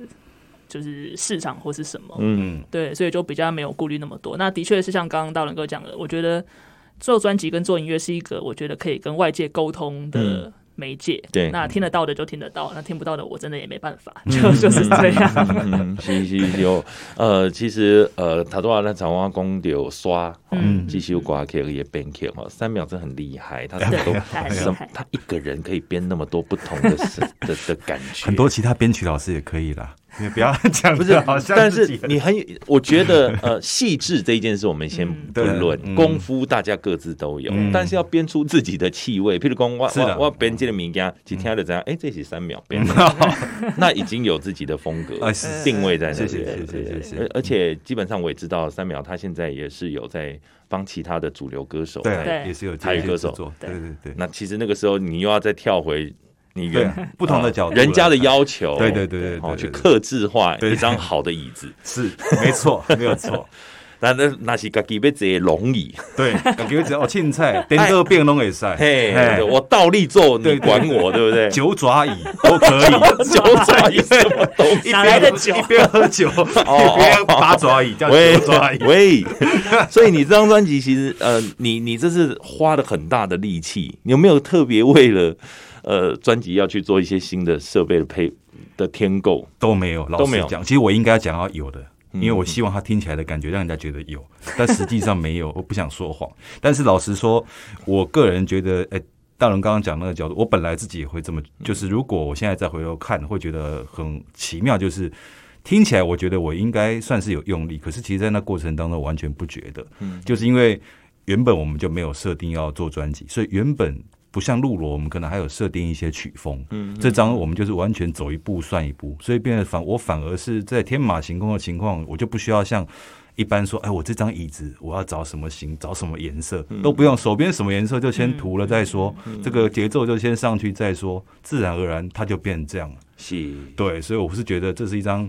S2: 就是市场或是什么，
S1: 嗯
S2: 对，所以就比较没有顾虑那么多。那的确是像刚刚大伦哥讲的，我觉得做专辑跟做音乐是一个我觉得可以跟外界沟通
S3: 嗯
S2: 的媒介。
S1: 对
S2: 那听得到的就听得到，那听不到的我真的也没办法，
S3: 嗯
S2: [laughs] 就就是
S3: [laughs]
S2: 这样。
S1: 嗯，是是是有，呃，其实呃，他多那长话公有刷，嗯，
S2: 嗯
S1: 这首歌可以也编 Q 哦，三秒真的很厉害，他什
S2: 对
S1: 么都
S2: 他很厉
S1: 什么
S2: 害
S1: 他一个人可以编那么多不同的 [laughs] 事的的感觉，
S3: 很多其他编曲老师也可以啦，你不要 [laughs] 讲
S1: 不是
S3: 的好，像
S1: 但
S3: 自己
S1: 是
S3: 很
S1: 你很，我觉得呃，细致这一件事我们先不
S3: 对
S1: 论，
S3: 嗯
S1: 功夫大家各自都有，但是要编出自己的气味。譬如讲，我
S3: 是的
S1: 我我编这个名家，几天就这样，哎，这是三秒编的，那已经有自己的风格
S3: 哎是
S1: 定位在那
S3: 谢
S1: 里
S3: 谢
S1: 了。
S3: 谢谢谢谢
S1: 而而且基本上我也知道，三秒他现在也是有在帮其他的主流歌手。
S3: 对啊，
S2: 对
S3: 也是有
S1: 台语歌手
S3: 做，对对对，
S1: 那其实那个时候你又要再跳回你
S3: 对
S1: 原
S3: 啊不同的角度了，
S1: 人家的要求，
S3: 对对对对对
S1: 哦，去
S3: 对对
S1: 克制化
S3: 对
S1: 一张好的椅子。
S3: 是没
S1: [laughs]
S3: 错，没有错，
S1: 那那那是家己要坐龙椅，
S3: 对，感觉只要青
S1: [laughs]
S3: 菜、点豆变拢会晒，
S1: 嘿，
S3: 哎
S1: 我倒立坐，
S3: 对
S1: 你
S3: 对
S1: 管我，对不
S3: [laughs]
S1: 对？
S3: 九爪椅都可以，
S1: [laughs] 九爪鱼什么东西？
S2: 哪来的酒
S3: 一？边喝酒
S1: 哦
S3: 一边八爪椅叫
S1: 喂
S3: 九爪椅，
S1: 喂， [laughs] 所以你这张专辑其实呃，你你这是花了很大的力气，你有没有特别为了呃专辑要去做一些新的设备的配的添购？
S3: 都没有，老
S1: 都没
S3: 实
S1: 有嗯
S3: 讲，其实我应该讲要有的。因为我希望他听起来的感觉让人家觉得有，但实际上没有。我不想说谎，但是老实说，我个人觉得，哎、大伦刚刚讲那个角度，我本来自己也会这么，
S1: 嗯
S3: 就是如果我现在再回头看，会觉得很奇妙，就是听起来
S1: 嗯
S3: 我觉得我应该算是有用力，可是其实在那过程当中我完全不觉得，就是因为原本我们就没有设定要做专辑，所以原本不像陆罗，我们可能还有设定一些曲风。嗯，这张我们就是完全走一步算一步，所以变得反我反而是在天马行空的情况，我就不需要像一般说，哎，我这张椅子我要找什么型，找什么颜色都不用，手边什么颜色就先涂了再说，这个节奏就先上去再说，自然而然它就变成这样了。
S1: 是
S3: 对，所以我是觉得这是一张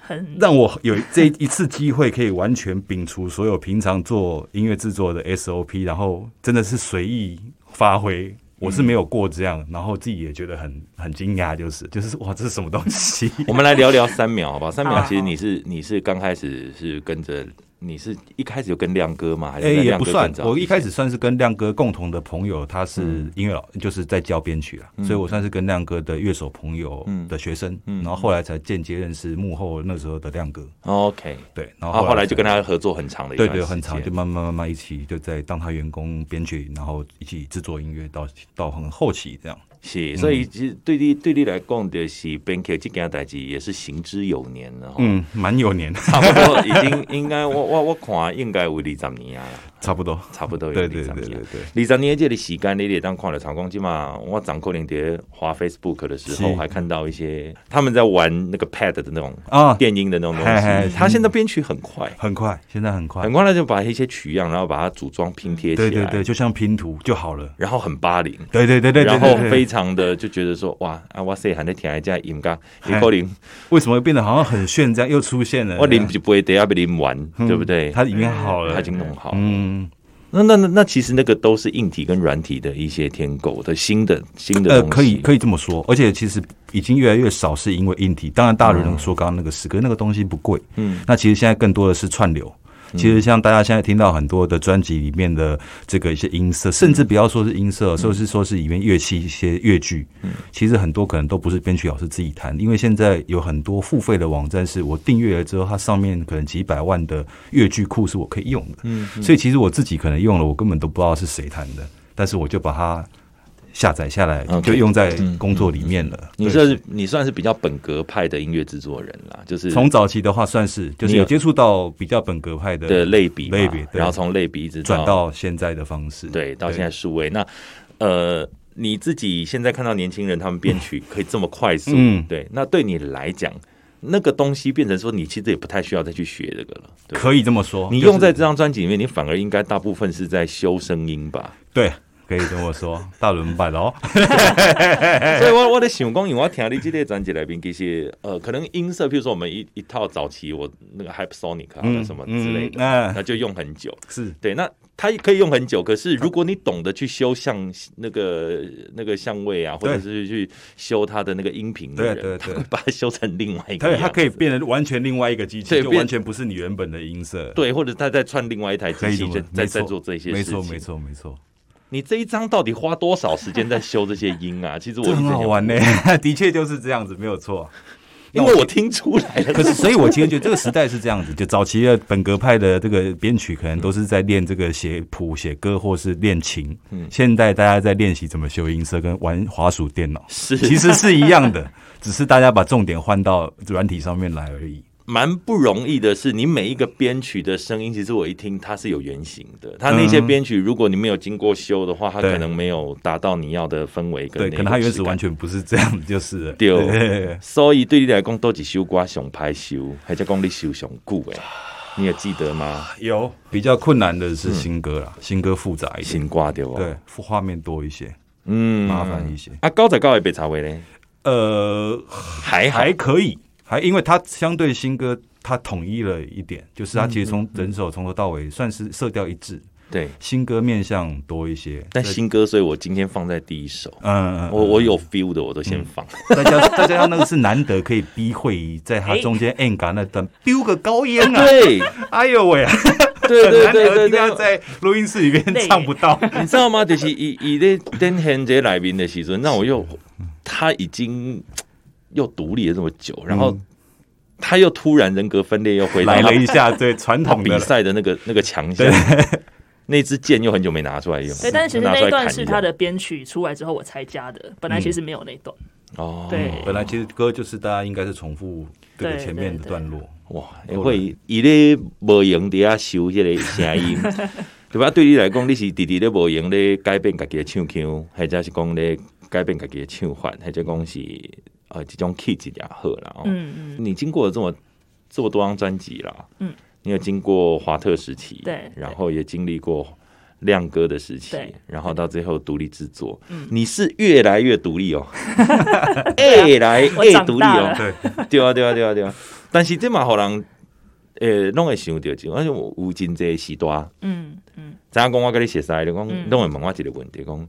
S2: 很
S3: 让我有这一次机会，可以完全摒除所有平常做音乐制作的 SOP，然后真的是随意发挥。我是没有过这样，然后自己也觉得很很惊讶，就是就是哇，这是什么东西？
S1: 我们来聊聊三秒，好不好？三秒
S2: 好
S1: 其实你是你是刚开始是跟着，你是一开始就跟亮哥吗？还是
S3: 哎、
S1: 在
S3: 也
S1: 亮
S3: 不
S1: 哥
S3: 算
S1: 更，早
S3: 我一开始算是跟亮哥共同的朋友，他
S1: 嗯
S3: 是音乐老，就是在教编曲啦，所以我算是跟亮哥的乐手朋友的学生，
S1: 嗯
S3: 然后后来才间接认识幕后那时候的亮哥，
S1: ？OK，
S3: 对，然
S1: 然
S3: 哦后
S1: 啊后后来
S3: 才
S1: 就跟他合作很长的一
S3: 对
S1: 段
S3: 对，
S1: 时
S3: 很长，
S1: 间
S3: 就慢慢慢慢一起就在当他员工编曲，然后一起制作音乐，到到很后期这样。嗯
S1: 是，所以其实对你对你来讲，就是编曲这件代志也是行之有年了，吼，
S3: 嗯，蛮有年， [laughs]
S1: 差不多已经应该我我我看应该有二十年啊，
S3: 差不多。
S1: 差不多有
S3: 对
S1: 二十
S3: 对对对
S1: 年。
S3: 对，
S1: 二十年这个时间，你也当看了长光机嘛？我长可能在滑 Facebook 的时候，
S3: 是
S1: 还看到一些他们在玩那个 Pad 的那种
S3: 啊
S1: 电音的那种东
S3: 嘿嘿
S1: 西。他现在编曲很快，
S3: 很快，现在很快
S1: 很。快他就把一些曲样，然后把它组装拼贴起
S3: 对
S1: 来，
S3: 对对，就像拼图就好了。
S1: 然后很八零。
S3: 对对对对，对
S1: 然后
S3: 对对
S1: 非常的就觉得说哇啊哇塞，还在听一下音乐，你
S3: 嘿
S1: 可能
S3: 为什么变得好像很炫这样？又出现了。
S1: 我淋一杯，等下被淋完，哦对不对？
S3: 它已经好了
S1: 他已。经弄好。
S3: 嗯，
S1: 那那那那其实那个都是硬体跟软体的一些天狗的新的新的
S3: 呃，
S1: 东西
S3: 可以可以这么说，而且其实已经越来越少是因为硬体，当然大陆人说刚刚那个是，可是那个东西不贵，
S1: 嗯，
S3: 那其实现在更多的是串流。其实像大家现在听到很多的专辑里面的这个一些音
S1: 嗯
S3: 色，甚至不要说是音色，甚至说是里面乐器一些乐句，
S1: 嗯
S3: 其实很多可能都不是编曲老师自己弹，因为现在有很多付费的网站，是我订阅了之后，它上面可能几百万的乐句库是我可以用的，
S1: 嗯
S3: 所以其实我自己可能用了，我根本都不知道是谁弹的，但是我就把它下载下来，
S1: OK 嗯
S3: 就用在工作里面了。
S1: 你
S3: 对
S1: 算是你算是比较本格派的音乐制作人啦，就是
S3: 从早期的话，算是就是
S1: 你有
S3: 有接触到比较本格派的
S1: 的类比嘛
S3: 类比，对
S1: 然后从类比一直
S3: 转到现在的方式，
S1: 对到现在数位。那呃，你自己现在看到年轻人他们编曲可以这么快速，
S3: 嗯
S1: 对，那对你来讲，那个东西变成说你其实也不太需要再去学这个了。对
S3: 可以这么说，
S1: 你
S3: 就是
S1: 用在这张专辑里面，你反而应该大部分是在修声音吧？
S3: 对，可以这么说，
S1: [laughs]
S3: 大轮版哦，
S1: 所以我我的想讲，因为我听你这类专辑来宾，其实呃，可能音色，譬如说我们一一套早期我那个 Hypersonic 啊，或者什么之类的，
S3: 嗯嗯嗯
S1: 那就用很久。
S3: 是
S1: 对，那它可以用很久，可是如果你懂得去修像那个那个相位啊，或
S3: 对
S1: 者是去修它的那个音频
S3: 对
S1: 的人，
S3: 对对
S1: [laughs] 他会把它修成另外一个
S3: 对，
S1: 样子，
S3: 它可以变得完全另外一个机器，
S1: 对
S3: 就
S1: 变
S3: 完全不是你原本的音色，，
S1: 对，或者他在串另外一台
S3: 可
S1: 机
S3: 以
S1: 器
S3: 这，么
S1: 在在
S3: 没错
S1: 在做这些
S3: 没
S1: 事情。
S3: 错，没错，没错，
S1: 你这一张到底花多少时间在修这些音啊？其实我
S3: 这
S1: 一直
S3: 很好
S1: 有
S3: 玩呢， [laughs] 的确就是这样子，没有错。
S1: 因为我听出来了。
S3: [laughs] 可是，所以我今天觉得这个时代是这样子，就早期的本格派的这个编曲，可能都是在练这个写谱、写歌，或是练琴。
S1: 嗯
S3: 现代大家在练习怎么修音色，跟玩滑鼠电脑，
S1: 是
S3: 其实是一样的， [laughs] 只是大家把重点换到软体上面来而已。
S1: 蛮不容易的是，你每一个编曲的声音，其实我一听它是有原型的。它那些编曲，如果你没有经过修的话，它
S3: 对
S1: 可能没有达到你要的氛围跟
S3: 对，
S1: 那
S3: 可能它
S1: 个
S3: 原
S1: 质
S3: 始
S1: 感
S3: 完全不是这样，
S1: [laughs]
S3: 就是了
S1: 对。所以对你来讲，多几首歌上拍修，还叫讲你修上久哎，你有记得吗？
S3: 有比较困难的是新歌啦，新歌复杂一些，
S1: 嗯新歌对吧？
S3: 对，，画面多一些，
S1: 嗯
S3: 麻烦一些。
S1: 啊，高仔高的被查为嘞，
S3: 呃，
S1: 还好
S3: 还可以，还因为它相对新歌，它统一了一点，就是它其实从整首从头到尾算是色调一致，
S1: 对，
S3: 新歌面向多一些。
S1: 但新歌，所以我今天放在第一首。
S3: 嗯，嗯
S1: 我我有 feel 的，我都先放。
S3: 再加 [laughs] 再加上那个是难得可以逼会议在它中间 N 嘎那段丢个高音啊，
S1: 哎对
S3: 哎呦喂，
S1: 对对
S3: 难
S1: 对
S3: 得
S1: 对 [laughs]
S3: 听到
S1: 对，
S3: 在录音室里面
S2: 累
S3: 唱不到， [laughs]
S1: 你知道吗？就是以以咧登现这来宾的时阵，那我又他
S3: [laughs]
S1: 已经又独立了这么久，然后他又突然人格分裂，又回到
S3: 嗯来
S1: 他
S3: 了一下对传
S1: 他
S3: 统的
S1: 比
S3: 了
S1: 赛的那个那个强项，那支箭又很久没拿出来用。
S2: 对，但是其实
S1: 拿
S2: 那
S1: 出来
S2: 一段
S1: 砍
S2: 是
S1: 用
S2: 他的编曲出来之后我才加的，本
S3: 嗯
S2: 来其实没有那一段。
S1: 哦，
S2: 对
S3: 本来其实歌就是大家应该是重复这个前面的段落，
S1: 哇，欸会伊咧无用伫遐收迄个声
S2: [laughs]
S1: 音，对吧？对你来讲，你是直直咧无用咧改变家己的唱腔，或者是讲咧改变家己的唱法，或者讲是呃一种气质也好啦。哦、
S2: 嗯嗯，
S1: 你经过了这么这么多张专辑啦，
S2: 嗯，
S1: 你有经过华特时期，
S2: 对
S1: 然后也经历过亮哥的时期
S2: 对，
S1: 然后到最后独立制作，嗯，你是越来越独立哦，越来
S2: 啊我
S1: 越
S2: 长
S1: 独立
S2: 大
S1: 哦
S2: 了，
S3: 对， [laughs]
S1: 对啊，对啊，对啊，对啊。但是这嘛，互人诶，拢会想着，就而且有有真济时段，
S2: 嗯嗯，
S1: 知影讲我甲你熟识，就讲
S2: 嗯
S1: 拢会问我一个问题，讲，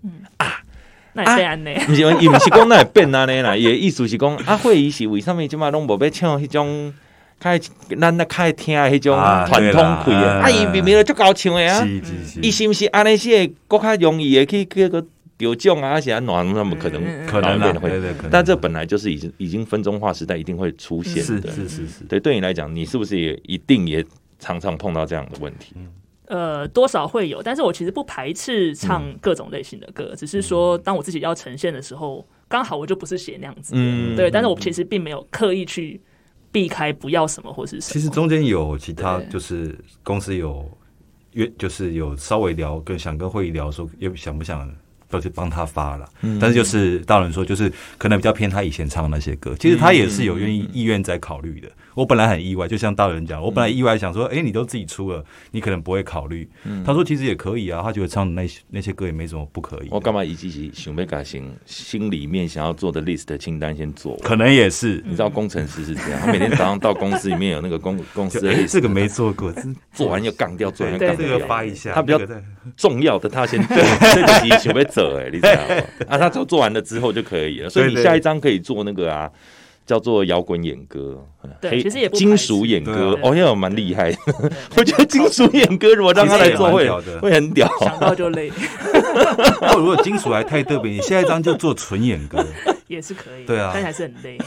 S2: 那
S3: 啊
S2: 也这样呢？
S1: 毋是讲，伊毋是讲那会变安尼啦，伊诶意思是讲，啊，会议是为什物即嘛拢无要唱迄种。较咱那较爱听诶迄种
S3: 啊
S1: 传
S3: 对
S1: 统
S3: 啦
S1: 配啊，啊
S3: 啊
S1: 伊明明就足够唱诶啊，
S3: 是是
S1: 伊
S3: 是，
S1: 是毋是安尼是会搁较容易诶去去个得奖啊，还是安怎那么可能
S2: 嗯嗯嗯
S3: 可能
S1: 搞一
S3: 啦，
S1: 遍会
S3: 对对，可能
S1: 但这本来就是已经已经分钟化时代一定会出现
S3: 是是
S1: 的，
S3: 是是是，
S1: 对，对你来讲，你是不是也一定也常常碰到这样的问题？
S3: 嗯
S2: 呃，多少会有，但是我其实不排斥唱
S1: 嗯
S2: 各种类型的歌，只是说当我自己要呈现的时候，刚好我就不是写那样子的，
S1: 嗯
S2: 对，但是我其实并没有刻意去避开不要什么或是什么，
S3: 其实中间有其他
S2: 对
S3: 就是公司有约，就是有稍微聊跟想跟会议聊说，也想不想要去帮他发了。但是就是大人说，就是可能比较偏他以前唱的那些歌，其实他也是有愿意意愿在考虑的。我本来很意外，就像大人讲，我本来意外想说，哎、你都自己出了，你可能不会考虑。他说其实也可以啊，他觉得唱的那些那些歌也没什么不可以的。
S1: 我干嘛一直是想要把心心里面想要做的 list 清单先做完？
S3: 可能也是，
S1: 你知道工程师是这样，他每天早上到公司里面有那个公公司
S3: 就
S1: 的
S3: 哎、
S1: list，
S3: 这个没做过，这
S1: 做完要杠掉，做完要
S2: 对
S1: 杠
S3: 这
S2: 对
S1: 掉
S3: 个。发一下，
S1: 他比较
S3: 这个再
S1: 重要的他先做，这个你想要做哎，你知道吗？啊，他做做完了之后就可以了，所以你
S3: 对对
S1: 下一张可以做那个啊，叫做摇滚演歌，
S2: 对
S1: 黑
S2: 其实也不排斥
S1: 金属演歌，
S2: 对啊
S1: 哦，那个蛮厉害的。
S2: 对
S1: [laughs] 我觉得金属演歌如果让他来做
S3: 其实
S1: 会
S3: 也蛮屌的
S1: 会很屌，
S2: 想到就累， [laughs]
S3: [laughs] 那如果金属还太特别，你下一张就做纯演歌，
S2: 也是可以，
S3: 对啊
S2: 但还是很累，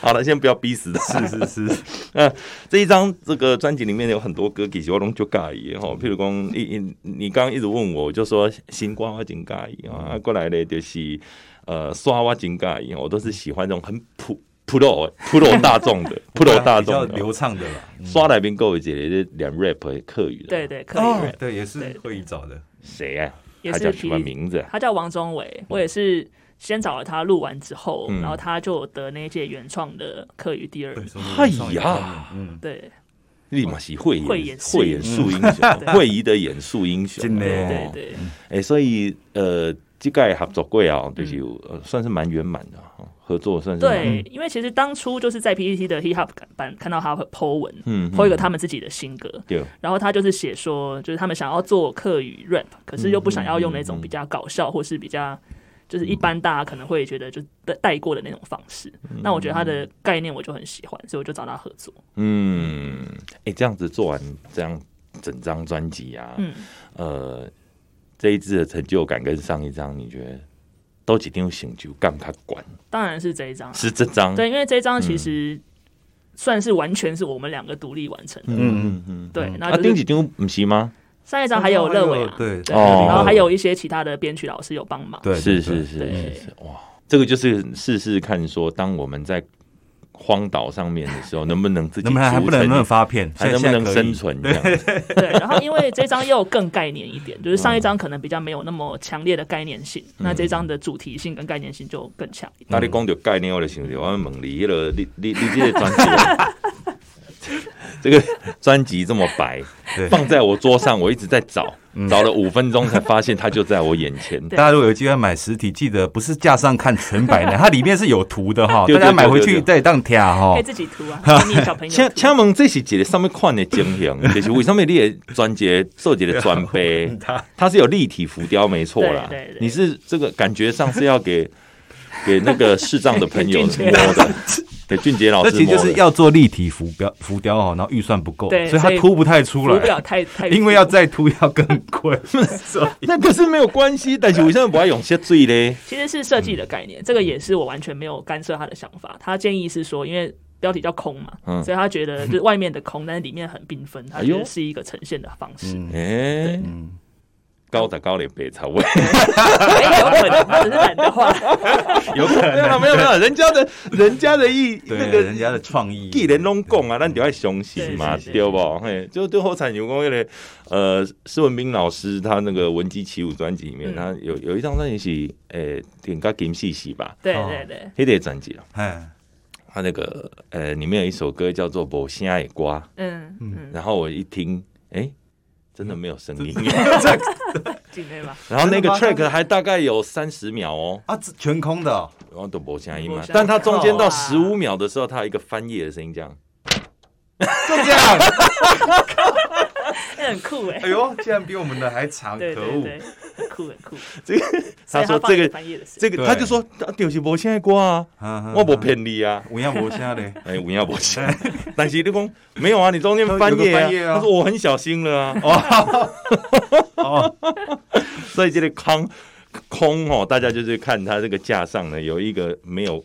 S1: 好了，先不要逼死他。 [laughs]
S3: 是是是，
S1: 这一张这个专辑里面有很多歌，其实我拢就介意吼。譬如讲，一一你刚刚一直问我，我就说新歌我真介意啊，啊过来嘞就是呃刷我真介意，哦我都是喜欢这种很普普罗的普
S3: [laughs]
S1: 罗大众的普罗大
S3: 比较
S1: 众
S3: 流
S1: 的。
S3: 畅的啦。
S1: 刷来宾够有姐姐两 rap 的客语的，
S2: 对，对，可以。
S3: 哦，对，也是
S2: 对
S3: 会议找的，
S1: 谁啊？
S2: 也
S1: 他
S2: 是
S1: 叫什么
S2: 提
S1: 名字啊？
S2: 他叫王中伟，我也是先找了他录完之后，
S1: 嗯
S2: 然后他就有得那一届原创的课语第二名，
S1: 哎
S3: 哎
S1: 呀，
S3: 嗯，
S2: 对
S1: 立马是慧眼
S2: 慧眼识
S1: 慧眼
S2: 英
S1: 术英
S3: [laughs]
S1: 雄，
S2: 对
S1: 慧仪的演术英雄，
S3: 真的
S1: 哦
S2: 对对，
S1: 哎、所以呃，这个合作过啊，就是有、呃、算是蛮圆满的哦合作，算是蛮
S2: 嗯对，因为其实当初就是在 PPT 的 Hip Hop 版看到他 po 文
S1: 嗯
S2: ，po 一个他们自己的新歌，
S1: 对
S2: 然后他就是写说，就是他们想要做客语 rap，可是又不想要用那
S1: 嗯
S2: 种比较搞笑或是比较。就是一般大家可能会觉得就是带带过的那种方式，那我觉得他的概念我就很喜欢，所以我就找他合作。
S1: 嗯，哎、这样子做完这样整张专辑啊，
S2: 嗯，
S1: 呃，这一支的成就感跟上一张，你觉得都几定有成就感较管
S2: 当然是这一张啊，
S1: 是这张？
S2: 对，因为这一张其
S1: 嗯
S2: 实算是完全是我们两个独立完成的。
S1: 嗯嗯嗯。
S2: 对，那
S1: 啊，
S2: 就
S1: 丁几
S2: 是
S1: 张不是吗？
S2: 上一张还有乐伟啊，
S3: 对
S2: 对，
S1: 哦
S2: 然后还有一些其他的编曲老师有帮忙。
S3: 对，对
S1: 是是，
S3: 对
S1: 是
S2: 对
S1: 是是，哇，这个就是试试看说当我们在荒岛上面的时候，能不能自己
S3: 能不能还
S1: 组
S3: 不能
S1: 成
S3: 能不能发片，
S1: 还能不能生存这样子？
S2: 对，然后因为这张又更概念一点，就是上一张可能比较没有那么强烈的概念性，那这张的主题性跟概念性就更强一点。
S1: 那你讲到概念，我就想着，我要问你，迄个你你
S3: [laughs]
S1: 你这个专辑， [laughs] 这个专辑这么白
S3: 对，
S1: 放在我桌上，我一直在找，
S3: 嗯
S1: 找了五分钟才发现它就在我眼前。
S3: 大家如果有机会买实体，记得不是架上看纯白的，它里面是有图的哈。
S1: 对
S3: 大
S1: 对
S3: 家买回
S1: 对
S3: 去
S1: 对
S3: 再当贴哈
S2: 可以。自己涂啊，给你小朋友
S1: 请
S2: 涂。
S1: 请问这是一个什么款的情形？ [laughs] 就是为什么你的专辑做一个专
S3: [laughs]
S1: 碑，它是有立体浮雕没错啦
S2: 对对对。
S1: 你是这个感觉上是要给 [laughs] 给那个视障的朋友
S2: 给俊杰
S1: 摸的，给俊杰老
S3: 那
S1: 师
S3: 其实
S1: 摸
S3: 就是
S1: 的。
S3: 要做立体浮标浮雕哦，然后预算不够，所
S2: 对
S3: 以它
S2: 所以
S3: 凸不太出
S2: 涂不了
S3: 来，
S2: 太太，
S3: 因为要再凸要更贵，所以
S1: 那可是没有关系，但是为什么不爱用些水嘞？
S2: 其实是设计的概念，这个也是我完全没有干涉他的想法。他建议是说，因为标题叫空嘛，
S1: 嗯
S2: 所以他觉得就是外面的空，但是里面很缤纷，他
S1: 哎呦
S3: 嗯
S2: 觉得是一个呈现的方式。
S1: 哎，高的高脸被超位，
S2: 哎，有可能他只是懒得画。
S3: [laughs] 有可
S1: 没有啦
S3: 能，
S1: 没有没有，人家的人家的意那
S3: 对
S1: 个
S3: 人家的创意，
S1: 既然拢讲啊，咱就要相信嘛，
S2: 是是是
S1: 对不？嘿，就对后产有讲迄个呃，施文斌老师他那个《文姬起舞》专辑里面，
S2: 嗯
S1: 他有有一张专辑是诶，点个金细细吧，
S2: 对对对，
S1: 黑的专辑啊，
S3: 哎，
S1: 他那个呃里面有一首歌叫做《某心爱瓜》，
S2: 嗯嗯，
S1: 然后我一听，诶，真的没有声
S3: [laughs]
S1: 音，
S2: 进来吧。
S1: 然后那个
S3: 真的
S1: track 还大概有三十秒哦，
S3: 啊，这全空的哦，
S1: 然后都没声音嘛
S2: 没声，音
S1: 但它中间到
S2: 哇
S1: 十五秒的时候，它有一个翻页的声音，这样。
S3: 就这 [laughs] 样，
S2: 那很酷哎
S3: 哎，呦，竟然比我们的还长，
S2: 对
S3: 哎可
S2: 对
S3: 恶！
S2: 对，很酷很酷。
S1: 这个 [laughs] 他说
S2: 所以放
S1: 这
S2: 你
S1: 个
S2: 翻页的事
S1: 这个，
S3: 对嗯
S1: 他就说啊就是无现在歌啊，我不
S3: 不，
S1: 骗你啊。
S3: 我要我下 [laughs] 嘞，
S1: 哎，我要无现，但是你讲没有啊，你中间翻
S3: 有
S1: 页
S3: 个
S1: 啊
S3: 翻页，啊
S1: 他说我很小心了啊。
S3: [laughs] 哦，
S1: 所以这个空空哦，大家就是看它这个架上呢有一个没有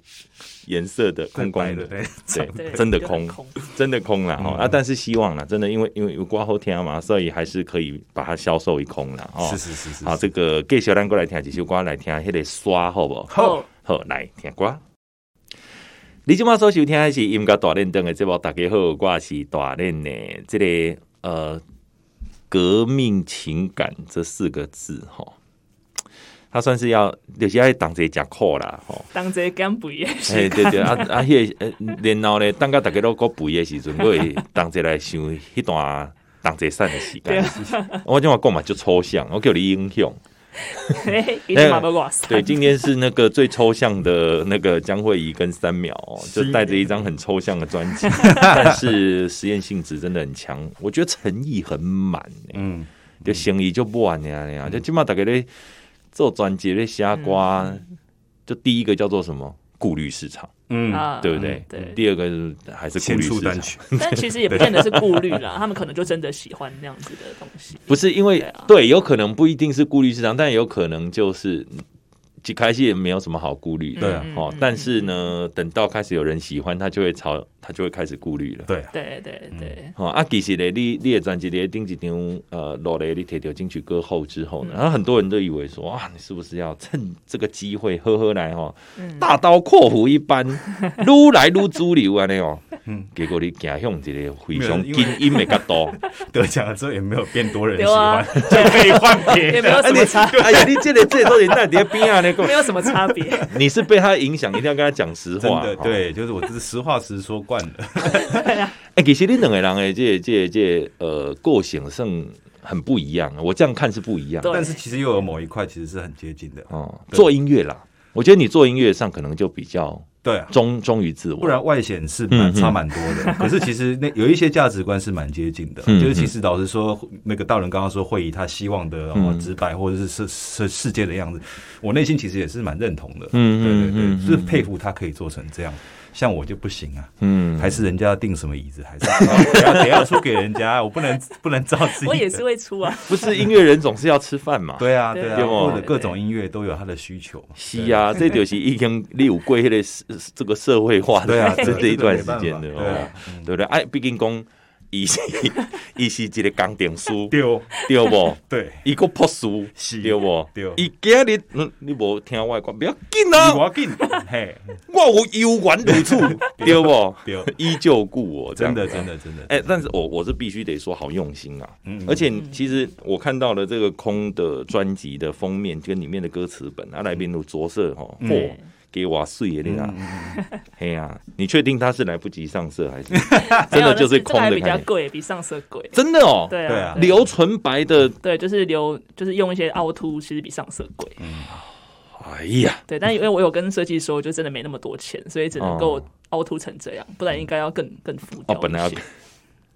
S1: 颜色的空空
S3: [laughs]
S1: 的，
S3: 对，
S2: 对
S1: 对，真的
S2: 就
S1: 空
S2: 很，空
S1: [laughs] 真的空
S3: 嗯
S1: 了哦。啊，但是希望啦，真的因为因为有挂后天嘛，所以还是可以把它销售一空啦。哦
S3: 是。是是是，
S1: 好，这个继续咱过来听几首歌来听，迄个刷好不好？
S2: 哦，
S1: 好，来听歌。你即马所收听的是音乐大练灯的节目，大家好，我是大练的这个呃，革命情感这四个字哈，他算是要就是要当这假苦啦吼。
S2: 当这干不也是？
S1: 哎，对对，啊啊，迄个呃然后咧，等到大家都国肥的时阵，我会同齐来想迄段同齐散的时
S2: 对
S1: 间。 [laughs] 我今晚讲嘛就抽象，我叫你影响。
S2: 嘿一定马不挂 [laughs]
S1: 对，今天是那个最抽象的那个江慧仪跟三秒哦，就带着一张很抽象的专辑，但是实验性质真的很强，我觉得诚意很满、欸，
S3: 嗯，
S1: 就生意就不完呀呀，就起码大家咧做专辑咧瞎瓜，就第一个叫做什么顾虑市场，
S3: 嗯，
S2: 啊，
S1: 对不对？嗯
S2: 对。
S1: 第二个就是还是顾
S3: 前
S1: 虑
S3: 出
S1: 市
S3: 单
S1: 场，
S3: 曲，
S2: 但其实也不见得是顾虑啦， [laughs] 他们可能就真的喜欢那样子的东西。
S1: 不是因为
S2: 对啊
S1: 对，有可能不一定是顾虑市场，但有可能就是嗯一开始也没有什么好顾虑的，
S3: 对啊
S1: 哦
S2: 嗯，
S1: 但是呢，等到开始有人喜欢，他就会朝他就会开始顾虑了。
S3: 对啊，
S2: 对对对，
S1: 哦，啊，其实咧，你你的专辑咧，顶一张呃，落来你摕到金曲歌后之后呢，
S2: 嗯
S1: 然后很多人都以为说啊，你是不是要趁这个机会呵呵来哦，
S2: 嗯
S1: 大刀阔斧一
S2: [laughs]
S1: 般，撸来撸主流安尼哦，
S3: 嗯
S1: 结果你走向一个非
S3: 没有
S1: 常
S3: 因为
S1: 精英的角度。
S3: 得奖啊了之后也没有变多人喜
S2: 对啊
S3: 欢， [laughs] 就可以换
S2: [laughs]
S3: 别
S2: 也
S3: 人
S2: 没。有什么差，
S1: [laughs] 哎呀，你这个这都人在你的边
S3: [laughs]
S1: 啊，你讲
S2: 没有什么差别。
S1: [laughs] 你是被他影响，一定要跟他讲实
S3: 真
S1: 话。
S3: 的
S1: 哈
S3: 对，就是我这是实话实说惯了。
S2: 啊
S1: 哎、其实你两个人的这这这呃个性上很不一样，我这样看是不一样的
S2: 对
S3: 但是其实又有某一块其实是很接近的，
S1: 哦。
S3: 对
S1: 做音乐啦，我觉得你做音乐上可能就比较
S3: 对啊，
S1: 忠忠于自我，
S3: 不然外显是蛮
S1: 嗯嗯
S3: 差蛮多的。
S1: [laughs]
S3: 可是其实那有一些价值观是蛮接近的，
S1: 嗯嗯
S3: 就是其实老实说，那个大人刚刚说会以他希望的哦
S1: 嗯
S3: 直白或者是世世世界的样子，我内心其实也是蛮认同的。
S1: 嗯嗯
S3: 对对
S1: 嗯嗯
S3: 对，就是佩服他可以做成这样。像我就不行啊，
S1: 嗯，
S3: 还是人家要订什么椅子，还是 [laughs] 得要得要出给人家，我不能不能照自己的。
S2: 我也是会出啊，
S1: 不是音乐人总是要吃饭嘛？
S3: [laughs] 对啊，
S2: 对
S3: 对啊，
S1: 对吗
S3: 或者各种音乐都有它的需求嘛。
S1: 是啊，这就是已经你有过迄个 [laughs] 社这个社会化
S3: 对
S1: 的
S3: 啊
S1: 这
S3: 对
S1: [laughs] 这一段时
S3: 这个没
S1: 间
S3: 办法
S1: 的
S3: 对
S1: 哦
S3: 啊，
S1: 对不对？哎，毕竟讲伊是 [laughs] 伊是一个工
S3: [laughs]
S1: 程师，
S3: 丢
S1: 对哦不？
S3: 对，
S1: 伊个朴素，
S3: 是
S1: 对不？
S3: 对
S1: 伊今日嗯你无听我的歌，不要紧
S3: 我
S1: 啊，
S3: 要进嘿，
S1: 我有有缘如此，对不？
S3: [laughs] 对哦
S1: 依旧故我，这
S3: 真
S1: 样
S3: 的
S1: 子
S3: 真。的真的，
S1: 哎、但是我我是必须得说，好用心啊！
S3: 嗯
S1: 而且其实我看到了这个空的专辑的封面跟里面的歌词本啊，来宾都着色哈，嚯、
S2: 对
S1: 给瓦碎的那
S3: 嗯嗯嗯
S1: [laughs] 嘿呀，你确定它是来不及上色
S3: [laughs]
S1: 还是
S2: 没
S1: [laughs] 真
S2: 有
S1: 的
S2: 那
S1: 就是
S2: 这个
S1: 空
S2: 还
S1: 的
S2: 比较
S1: 感觉？
S2: 贵，比上色贵。
S1: 真的哦，
S2: 对
S3: 对
S2: 啊
S3: 啊，
S1: 留纯白的，
S2: 对，就是留，就是用一些凹凸，其实比上色贵。
S1: 嗯哎呀，
S2: 对，但因为我有跟设计说，就真的没那么多钱，所以只能够凹凸成这样，不然应该要更更浮
S1: 哦
S2: 雕一些。
S1: 本来要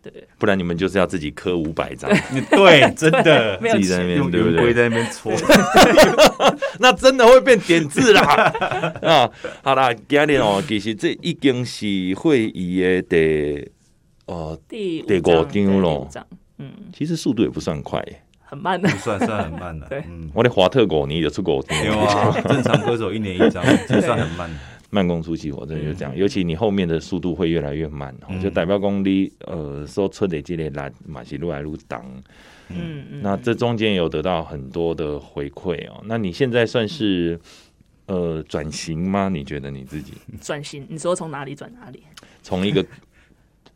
S2: 对，
S1: 不然你们就是要自己刻五百张，
S3: 嗯 [laughs] 对，真的
S2: 没有
S1: 自己在那
S2: 钱，
S1: 边
S3: 用
S1: 对不
S3: 圆
S1: 对
S3: 规？在那边搓，
S1: 那真的会变点字 [laughs] 啦啊！好啦，今天哦，其实这已经是会议的第哦，
S2: 第
S1: 第五张
S2: 五张
S1: 咯
S2: 对第五张嗯，
S1: 其实速度也不算快耶，
S2: 很慢的，
S3: 算算很慢了
S2: [laughs] 对。
S3: 嗯，哎
S1: 我的华特狗你也出狗 [laughs]
S3: 有啊，正常歌手一年一张，就算很慢。
S1: 慢工出细活，真的就这样。尤其你后面的速度会越来越慢，吼就代表讲你呃说出的这类力嘛是越来越重。
S2: 嗯嗯，
S1: 那这中间有得到很多的回馈哦。那你现在算是呃转型吗？你觉得你自己
S2: 转型，你说从哪里转哪里？
S1: 从一个 [laughs]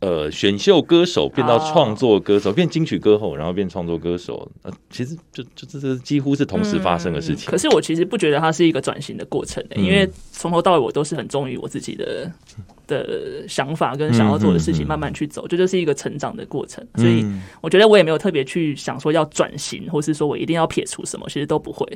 S1: 呃选秀歌手变到
S2: 哦
S1: 创作歌手，变金曲歌后，然后变创作歌手，呃，其实就就这这几乎是同时发生的事情。
S2: 嗯可是我其实不觉得它是一个转型的过程、欸
S1: 嗯
S2: 因为从头到尾我都是很忠于我自己的
S1: [laughs]
S2: 的想法跟想要做的事
S1: 嗯
S2: 情，
S1: 嗯嗯
S2: 慢慢去走，这就是一个成长的过程。所以我觉得我也没有特别去想说要转型，或是说我一定要撇除什么，其实都不会。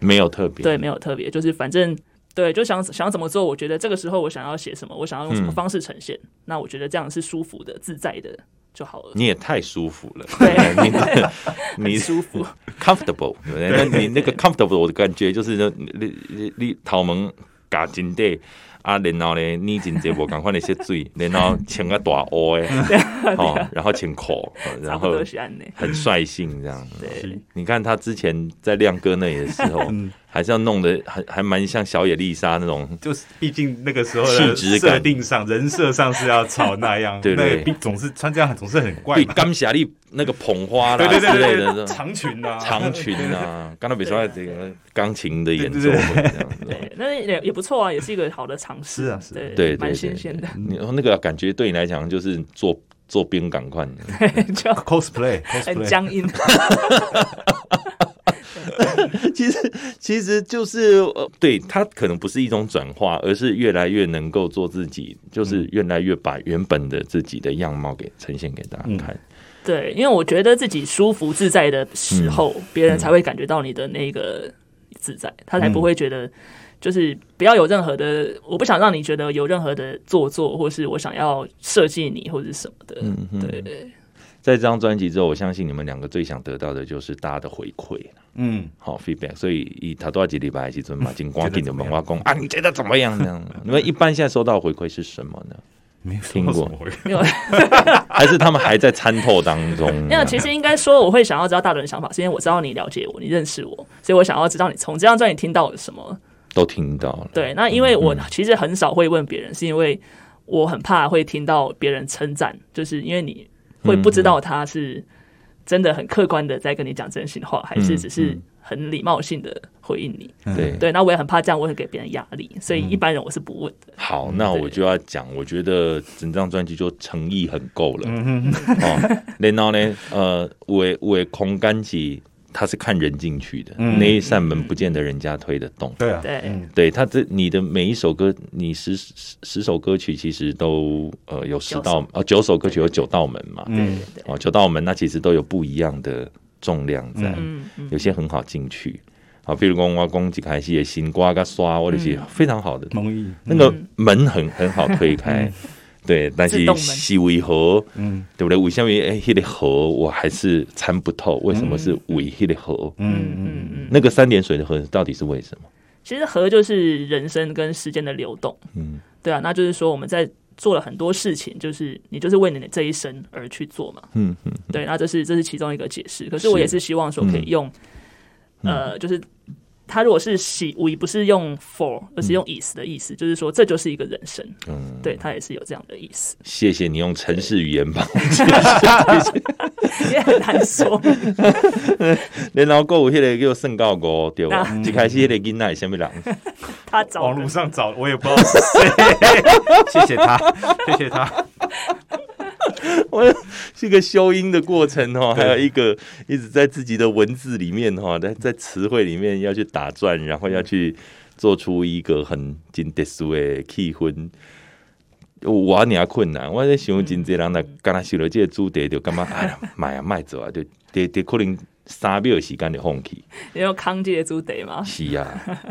S1: 没有特别
S2: 对，没有特别，就是反正对，就想想要怎么做，我觉得这个时候我想要写什么，我想要用什么
S1: 嗯
S2: 方式呈现，那我觉得这样是舒服的、自在的就好了。
S1: 你也太舒服了，
S2: 对，
S1: [laughs] 你你
S2: 舒 [laughs] 服。
S1: comfortable，对不对那你那个 comfortable 的感觉就是说你你你你头毛夹真短啊，然后呢，你真侪无共款的些水，然后穿个大乌
S2: [laughs]
S1: 诶，哦，然后穿裤，哦
S2: 啊差
S1: 然
S2: 不
S1: 后
S2: 多是欸安内。
S1: 很率性这样。 [laughs]
S2: 对，
S1: 你看他之前在亮哥那里的时 [laughs] 候，还是要弄得还还蛮像小野丽莎那种，
S3: 就是毕竟那个时候的
S1: 气质感
S3: 设定上、人设上是要朝那样，
S1: 对对
S3: 那必总是穿这样总是很怪
S1: 对，
S3: 嘛，
S1: 刚侠力那个捧花啦
S3: 对对
S1: 之
S3: 对
S1: 类的
S3: 对，
S1: 这种
S3: 长裙啊，
S1: 长裙啊，刚才比说这个钢琴的演奏
S3: 对对
S1: 会这样子。
S2: 对，那也也不错啊，也是一个好的尝试。
S3: 是啊是啊
S2: 对
S1: 对对
S2: 蛮
S1: 对
S2: 新鲜的，
S1: 你那个感觉对你来讲就是做做兵赶快，
S2: [laughs] 就
S3: cosplay
S2: 很
S3: cosplay，
S2: 僵硬。
S1: [laughs] 其实其实就是呃，对他可能不是一种转化，而是越来越能够做自己，就是越来越把原本的自己的样貌给呈现给大家看。
S2: 对，因为我觉得自己舒服自在的
S1: 嗯
S2: 时候，别、人才会感觉到你的那个自在，他
S1: 嗯
S2: 才不会觉得就是不要有任何的，我不想让你觉得有任何的做作，或是我想要设计你或者什么的。
S1: 嗯哼
S2: 对对
S1: 在这张专辑之后，我相信你们两个最想得到的就是大家的回馈。
S3: 嗯，
S1: 好 feedback，所以以他多少几礼拜时阵嘛，金光
S3: 觉得
S1: 给的
S3: 怎么
S1: 文
S3: 样
S1: 化工啊，你觉得怎么样呢？你们一般现在收到的回馈是什么呢？
S3: 没有
S1: 听过
S3: 什么回事
S2: 没有，
S1: 还是他们还在参透当中呢？
S2: [laughs] 没有。其实应该说，我会想要知道大伦的想法，是因为我知道你了解我，你认识我，所以我想要知道你从这张专辑听到了什么。
S1: 都听到了，
S2: 对，那因为我其实很少会问别人，是因为我很怕会听到别人称赞，就是因为你会不知道他是真的很客观的在跟你讲真心话，还是只是很礼貌性的回应你。
S1: 对
S2: 对，那我也很怕这样，我会给别人压力，所以一般人我是不问的。
S1: 好，那我就要讲，我觉得整张专辑就诚意很够了。 [laughs] 哦，然后呢，呃，我我空干集他是看人进去的，那一扇门不见得人家推得动。
S3: 对啊，
S2: 对，
S1: 对他这你的每一首歌，你十十十首歌曲其实都呃有十道呃九首歌曲有九道门嘛，
S3: 嗯，
S1: 哦九道门那其实都有不一样的重量在，
S2: 嗯嗯，
S1: 有些很好进去，啊，比如讲我讲一开始的新瓜跟刷，我
S2: 嗯
S1: 就是非常好的，
S3: 蒙毅，
S1: 那个门很很好推开，对，但
S2: 自
S1: 是
S2: 动门
S1: 是为何？嗯，对不对？为什么哎，那个河我还是参不透？为什么是为那个河？
S2: 嗯嗯，
S1: 那个三点水的河到底是为什么？
S2: 其实和就是人生跟时间的流动。
S1: 嗯，
S2: 对啊，那就是说我们在做了很多事情，就是你就是为你的这一生而去做嘛。
S1: 嗯嗯，
S2: 对，那这是这是其中一个解释。可是我
S1: 是嗯
S2: 也是希望说可以用，呃，就是他如果是喜无疑不是用 for，而是用 is 的
S1: 嗯
S2: 意思，就是说这就是一个人生。嗯，对他也是有这样的意思， [laughs]
S1: 谢谢你用城市语言吧。
S2: 也很难说。
S1: 然后过有迄个叫圣告五对吧？
S2: 啊
S1: 一开始迄个囡仔是什么人？
S2: 他找
S3: [laughs] 网
S2: 的
S3: 络上找我也不知道
S1: [laughs]
S3: 是谁，谢谢他，谢谢他，
S1: 我是一个修音的过程哦，还有一个一直在自己的文字里面哈，在在词汇里面要去打转，然后要去做出一个很真特殊的气氛。我有点困难，我在想真济人来干那想了这个主题就感觉哎呀，买啊卖走啊，就得得可能三秒的时间就放弃。
S2: [laughs] 你用康介猪得吗？
S1: 是啊，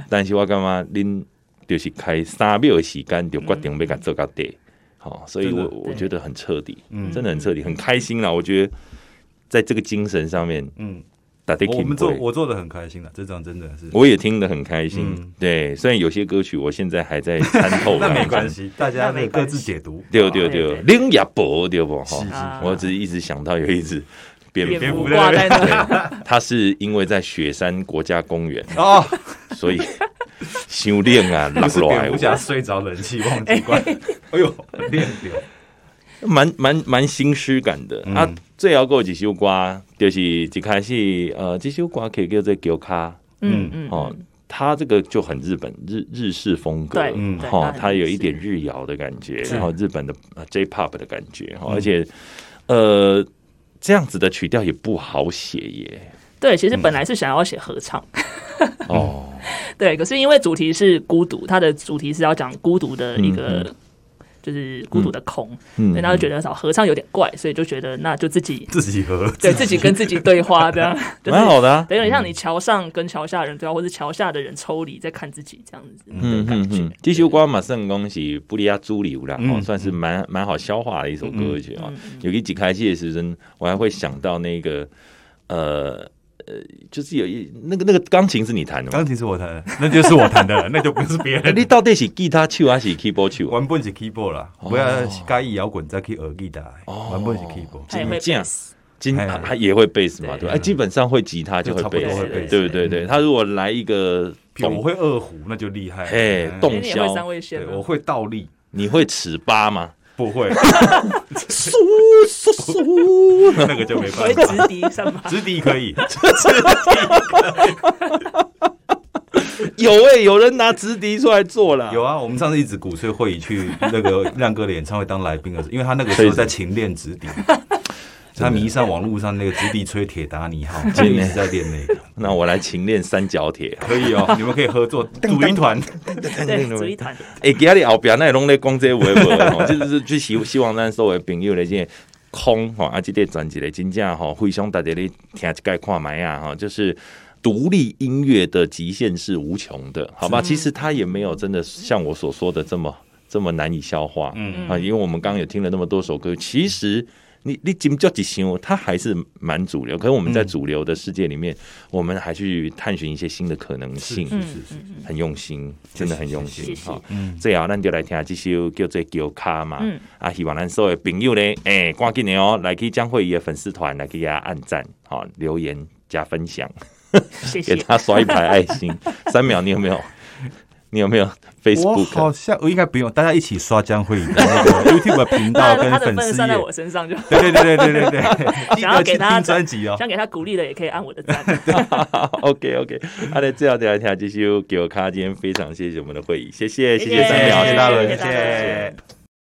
S1: 但是我感觉恁就是开三秒的时间就决定要甲做到底，好、所
S3: 嗯
S1: 以
S3: 真的
S1: 我我觉得很彻底，
S3: 嗯
S1: 真的很彻底，很开心啦。我觉得在这个精神上面，
S3: 嗯，
S1: 打得
S3: 我我们做我做的很开心了，这张真的是，
S1: 我也听得很开心。
S3: 嗯
S1: 对，虽然有些歌曲我现在还在参透
S3: 那
S1: 当
S3: [laughs] 没
S1: 中
S3: 关，系，哦大家
S2: 那没
S3: 各
S2: 关系
S3: 自解读，
S1: 对对对，
S2: 对对
S1: 林亚博对不哈？
S2: 啊
S1: 我只是一直想到有一只蝙
S2: 蝙
S1: 蝠
S2: 蝠，挂在那，
S1: 它是因为在雪山国家公园，
S3: 哦，
S1: 所以 [laughs] 修炼
S3: [laughs]
S1: 啊，落
S3: 是
S1: 落来
S3: 蝙蝠侠睡着冷气忘记 [laughs] 关，哎呦，练掉。
S1: 蛮蛮蛮心虚感的、啊。最后还有一首歌，就是一开始呃，这首歌可以叫做《叫卡》
S2: 嗯嗯，
S1: 哦，它这个就很日本日日式风格，
S2: 对嗯对它
S1: 哦，
S2: 很
S1: 它有
S2: 日
S1: 一
S2: 式
S1: 点日摇的感觉，然后日本的呃 J pop 的感觉，哦而且呃，这样子的曲调也不好写耶，
S2: 对，其
S3: 嗯
S2: 实本来是想要写合唱，
S1: 哦，
S2: 对，可是因为主题是孤独，它的主题是要讲孤独的一个，就是孤独的空，
S1: 嗯
S2: 所以他就觉得找合唱有点怪，所以就觉得那就自己
S3: 自己和
S2: 对自己跟自己
S1: [laughs]
S2: 对话，这样就是
S1: 蛮好的、啊，
S2: 有点像你桥上跟桥下的人对话，或是桥下的人抽离在看自己这样子的
S1: 嗯
S2: 感
S1: 嗯
S2: 觉。
S1: 嗯，这首歌嘛算讲是布利亚主流啦，
S3: 嗯
S1: 哦，算是蛮蛮好消化的一首歌曲啊
S2: 嗯。
S1: 有一集开戏的时候，我还会想到那个呃呃，就是有一那个那个钢琴是你弹的吗
S3: 钢？琴是我弹的，那就是我弹的， [laughs] 那就不是别
S1: 哎你
S3: 人。
S1: 到底是吉他手还是 keyboard 手啊？
S3: 原本是 keyboard 啦，
S1: 哦
S3: 不要介意摇滚再去耳机打。
S1: 哦
S3: 原本是 keyboard，
S2: 他也会
S1: 这样
S2: bass
S1: 今
S3: 哎
S1: 还啊也会贝斯嘛？
S2: 对
S1: 对吧，哎，基本上会吉他就会
S3: 就差不
S1: 贝
S3: 多
S1: 斯
S3: 会贝，斯嗯
S1: 对对对。他如果来一个
S3: 比如我
S1: 动，
S3: 会二胡，那就厉害。
S1: 哎
S3: 哎，
S1: 动
S2: 哎你也会三位线
S3: 对，
S2: 吗？
S3: 我会倒立，
S1: 你会尺八吗？
S3: 不 [laughs] 会
S1: 嗖嗖嗖！
S3: 那个就没
S2: 我会
S3: 办法。。
S2: 直笛上吧
S3: 直笛 [laughs] 可以，
S1: [laughs] 有哎，有人拿直笛出来做了，
S3: 有啊，我们上次一直鼓吹会议去那 [laughs] 个亮哥的演唱会当来宾的时候，因为他那个时候在勤练直 [laughs] 笛，他迷上网络上那个直笛吹铁达尼号，就一直在练那个。
S1: 那我来勤练三角铁。
S3: 可以 [laughs] 哦，你们可以合作组一团，
S2: 对，组一团，
S1: 哎，今日后边那拢咧讲这话无吼，就是就希希望咱所有的朋友咧，即个空吼，啊，即个专辑咧，真正吼，非常大家咧听一解看麦啊吼，就是。独立音乐的极限是无穷的，好吧？其实它也没有真的像我所说的这么这么难以消化，嗯啊，因为我们刚刚也听了那么多首歌，其实你你仅叫几星，它还是蛮主流。可是我们在主流的世界里面，我们还去探寻一些新的可能性，
S2: 嗯嗯嗯，
S1: 很用心，真的很用心
S2: 谢谢
S1: 哈。最后，咱就来听这首叫做《叫卡》嘛
S2: 嗯。
S1: 啊，希望咱所有的朋友呢，哎，赶紧的哦，来去江惠仪的粉丝团来给他按赞、好留言加分享，
S2: 谢
S1: 给
S2: 谢。
S1: 他刷一排爱心。 [laughs] 三秒，你有没有？ [laughs] 你有没有
S3: 我
S1: [laughs] Facebook？
S3: 好像呃我应该不用，大家一起刷江会的那个 YouTube 频
S2: 那
S3: 道跟
S2: 他的他的
S3: 粉
S2: 分
S3: 丝
S2: 算在
S3: 页，
S2: 我身上就，
S3: 对对对对对对对，记
S2: 想要
S3: 得
S2: 给
S3: 去
S2: 大家
S3: 听专辑哦。
S2: 想给他鼓励的也可以按我的赞。
S1: OK OK，阿来啊最后就来听这首《叫卡》，今天非常谢谢我们的会议，谢谢谢谢
S3: 哎
S2: 谢谢
S1: 三秒，
S2: 谢谢
S1: 大伦
S2: 谢谢大伦
S1: 谢谢
S2: 谢谢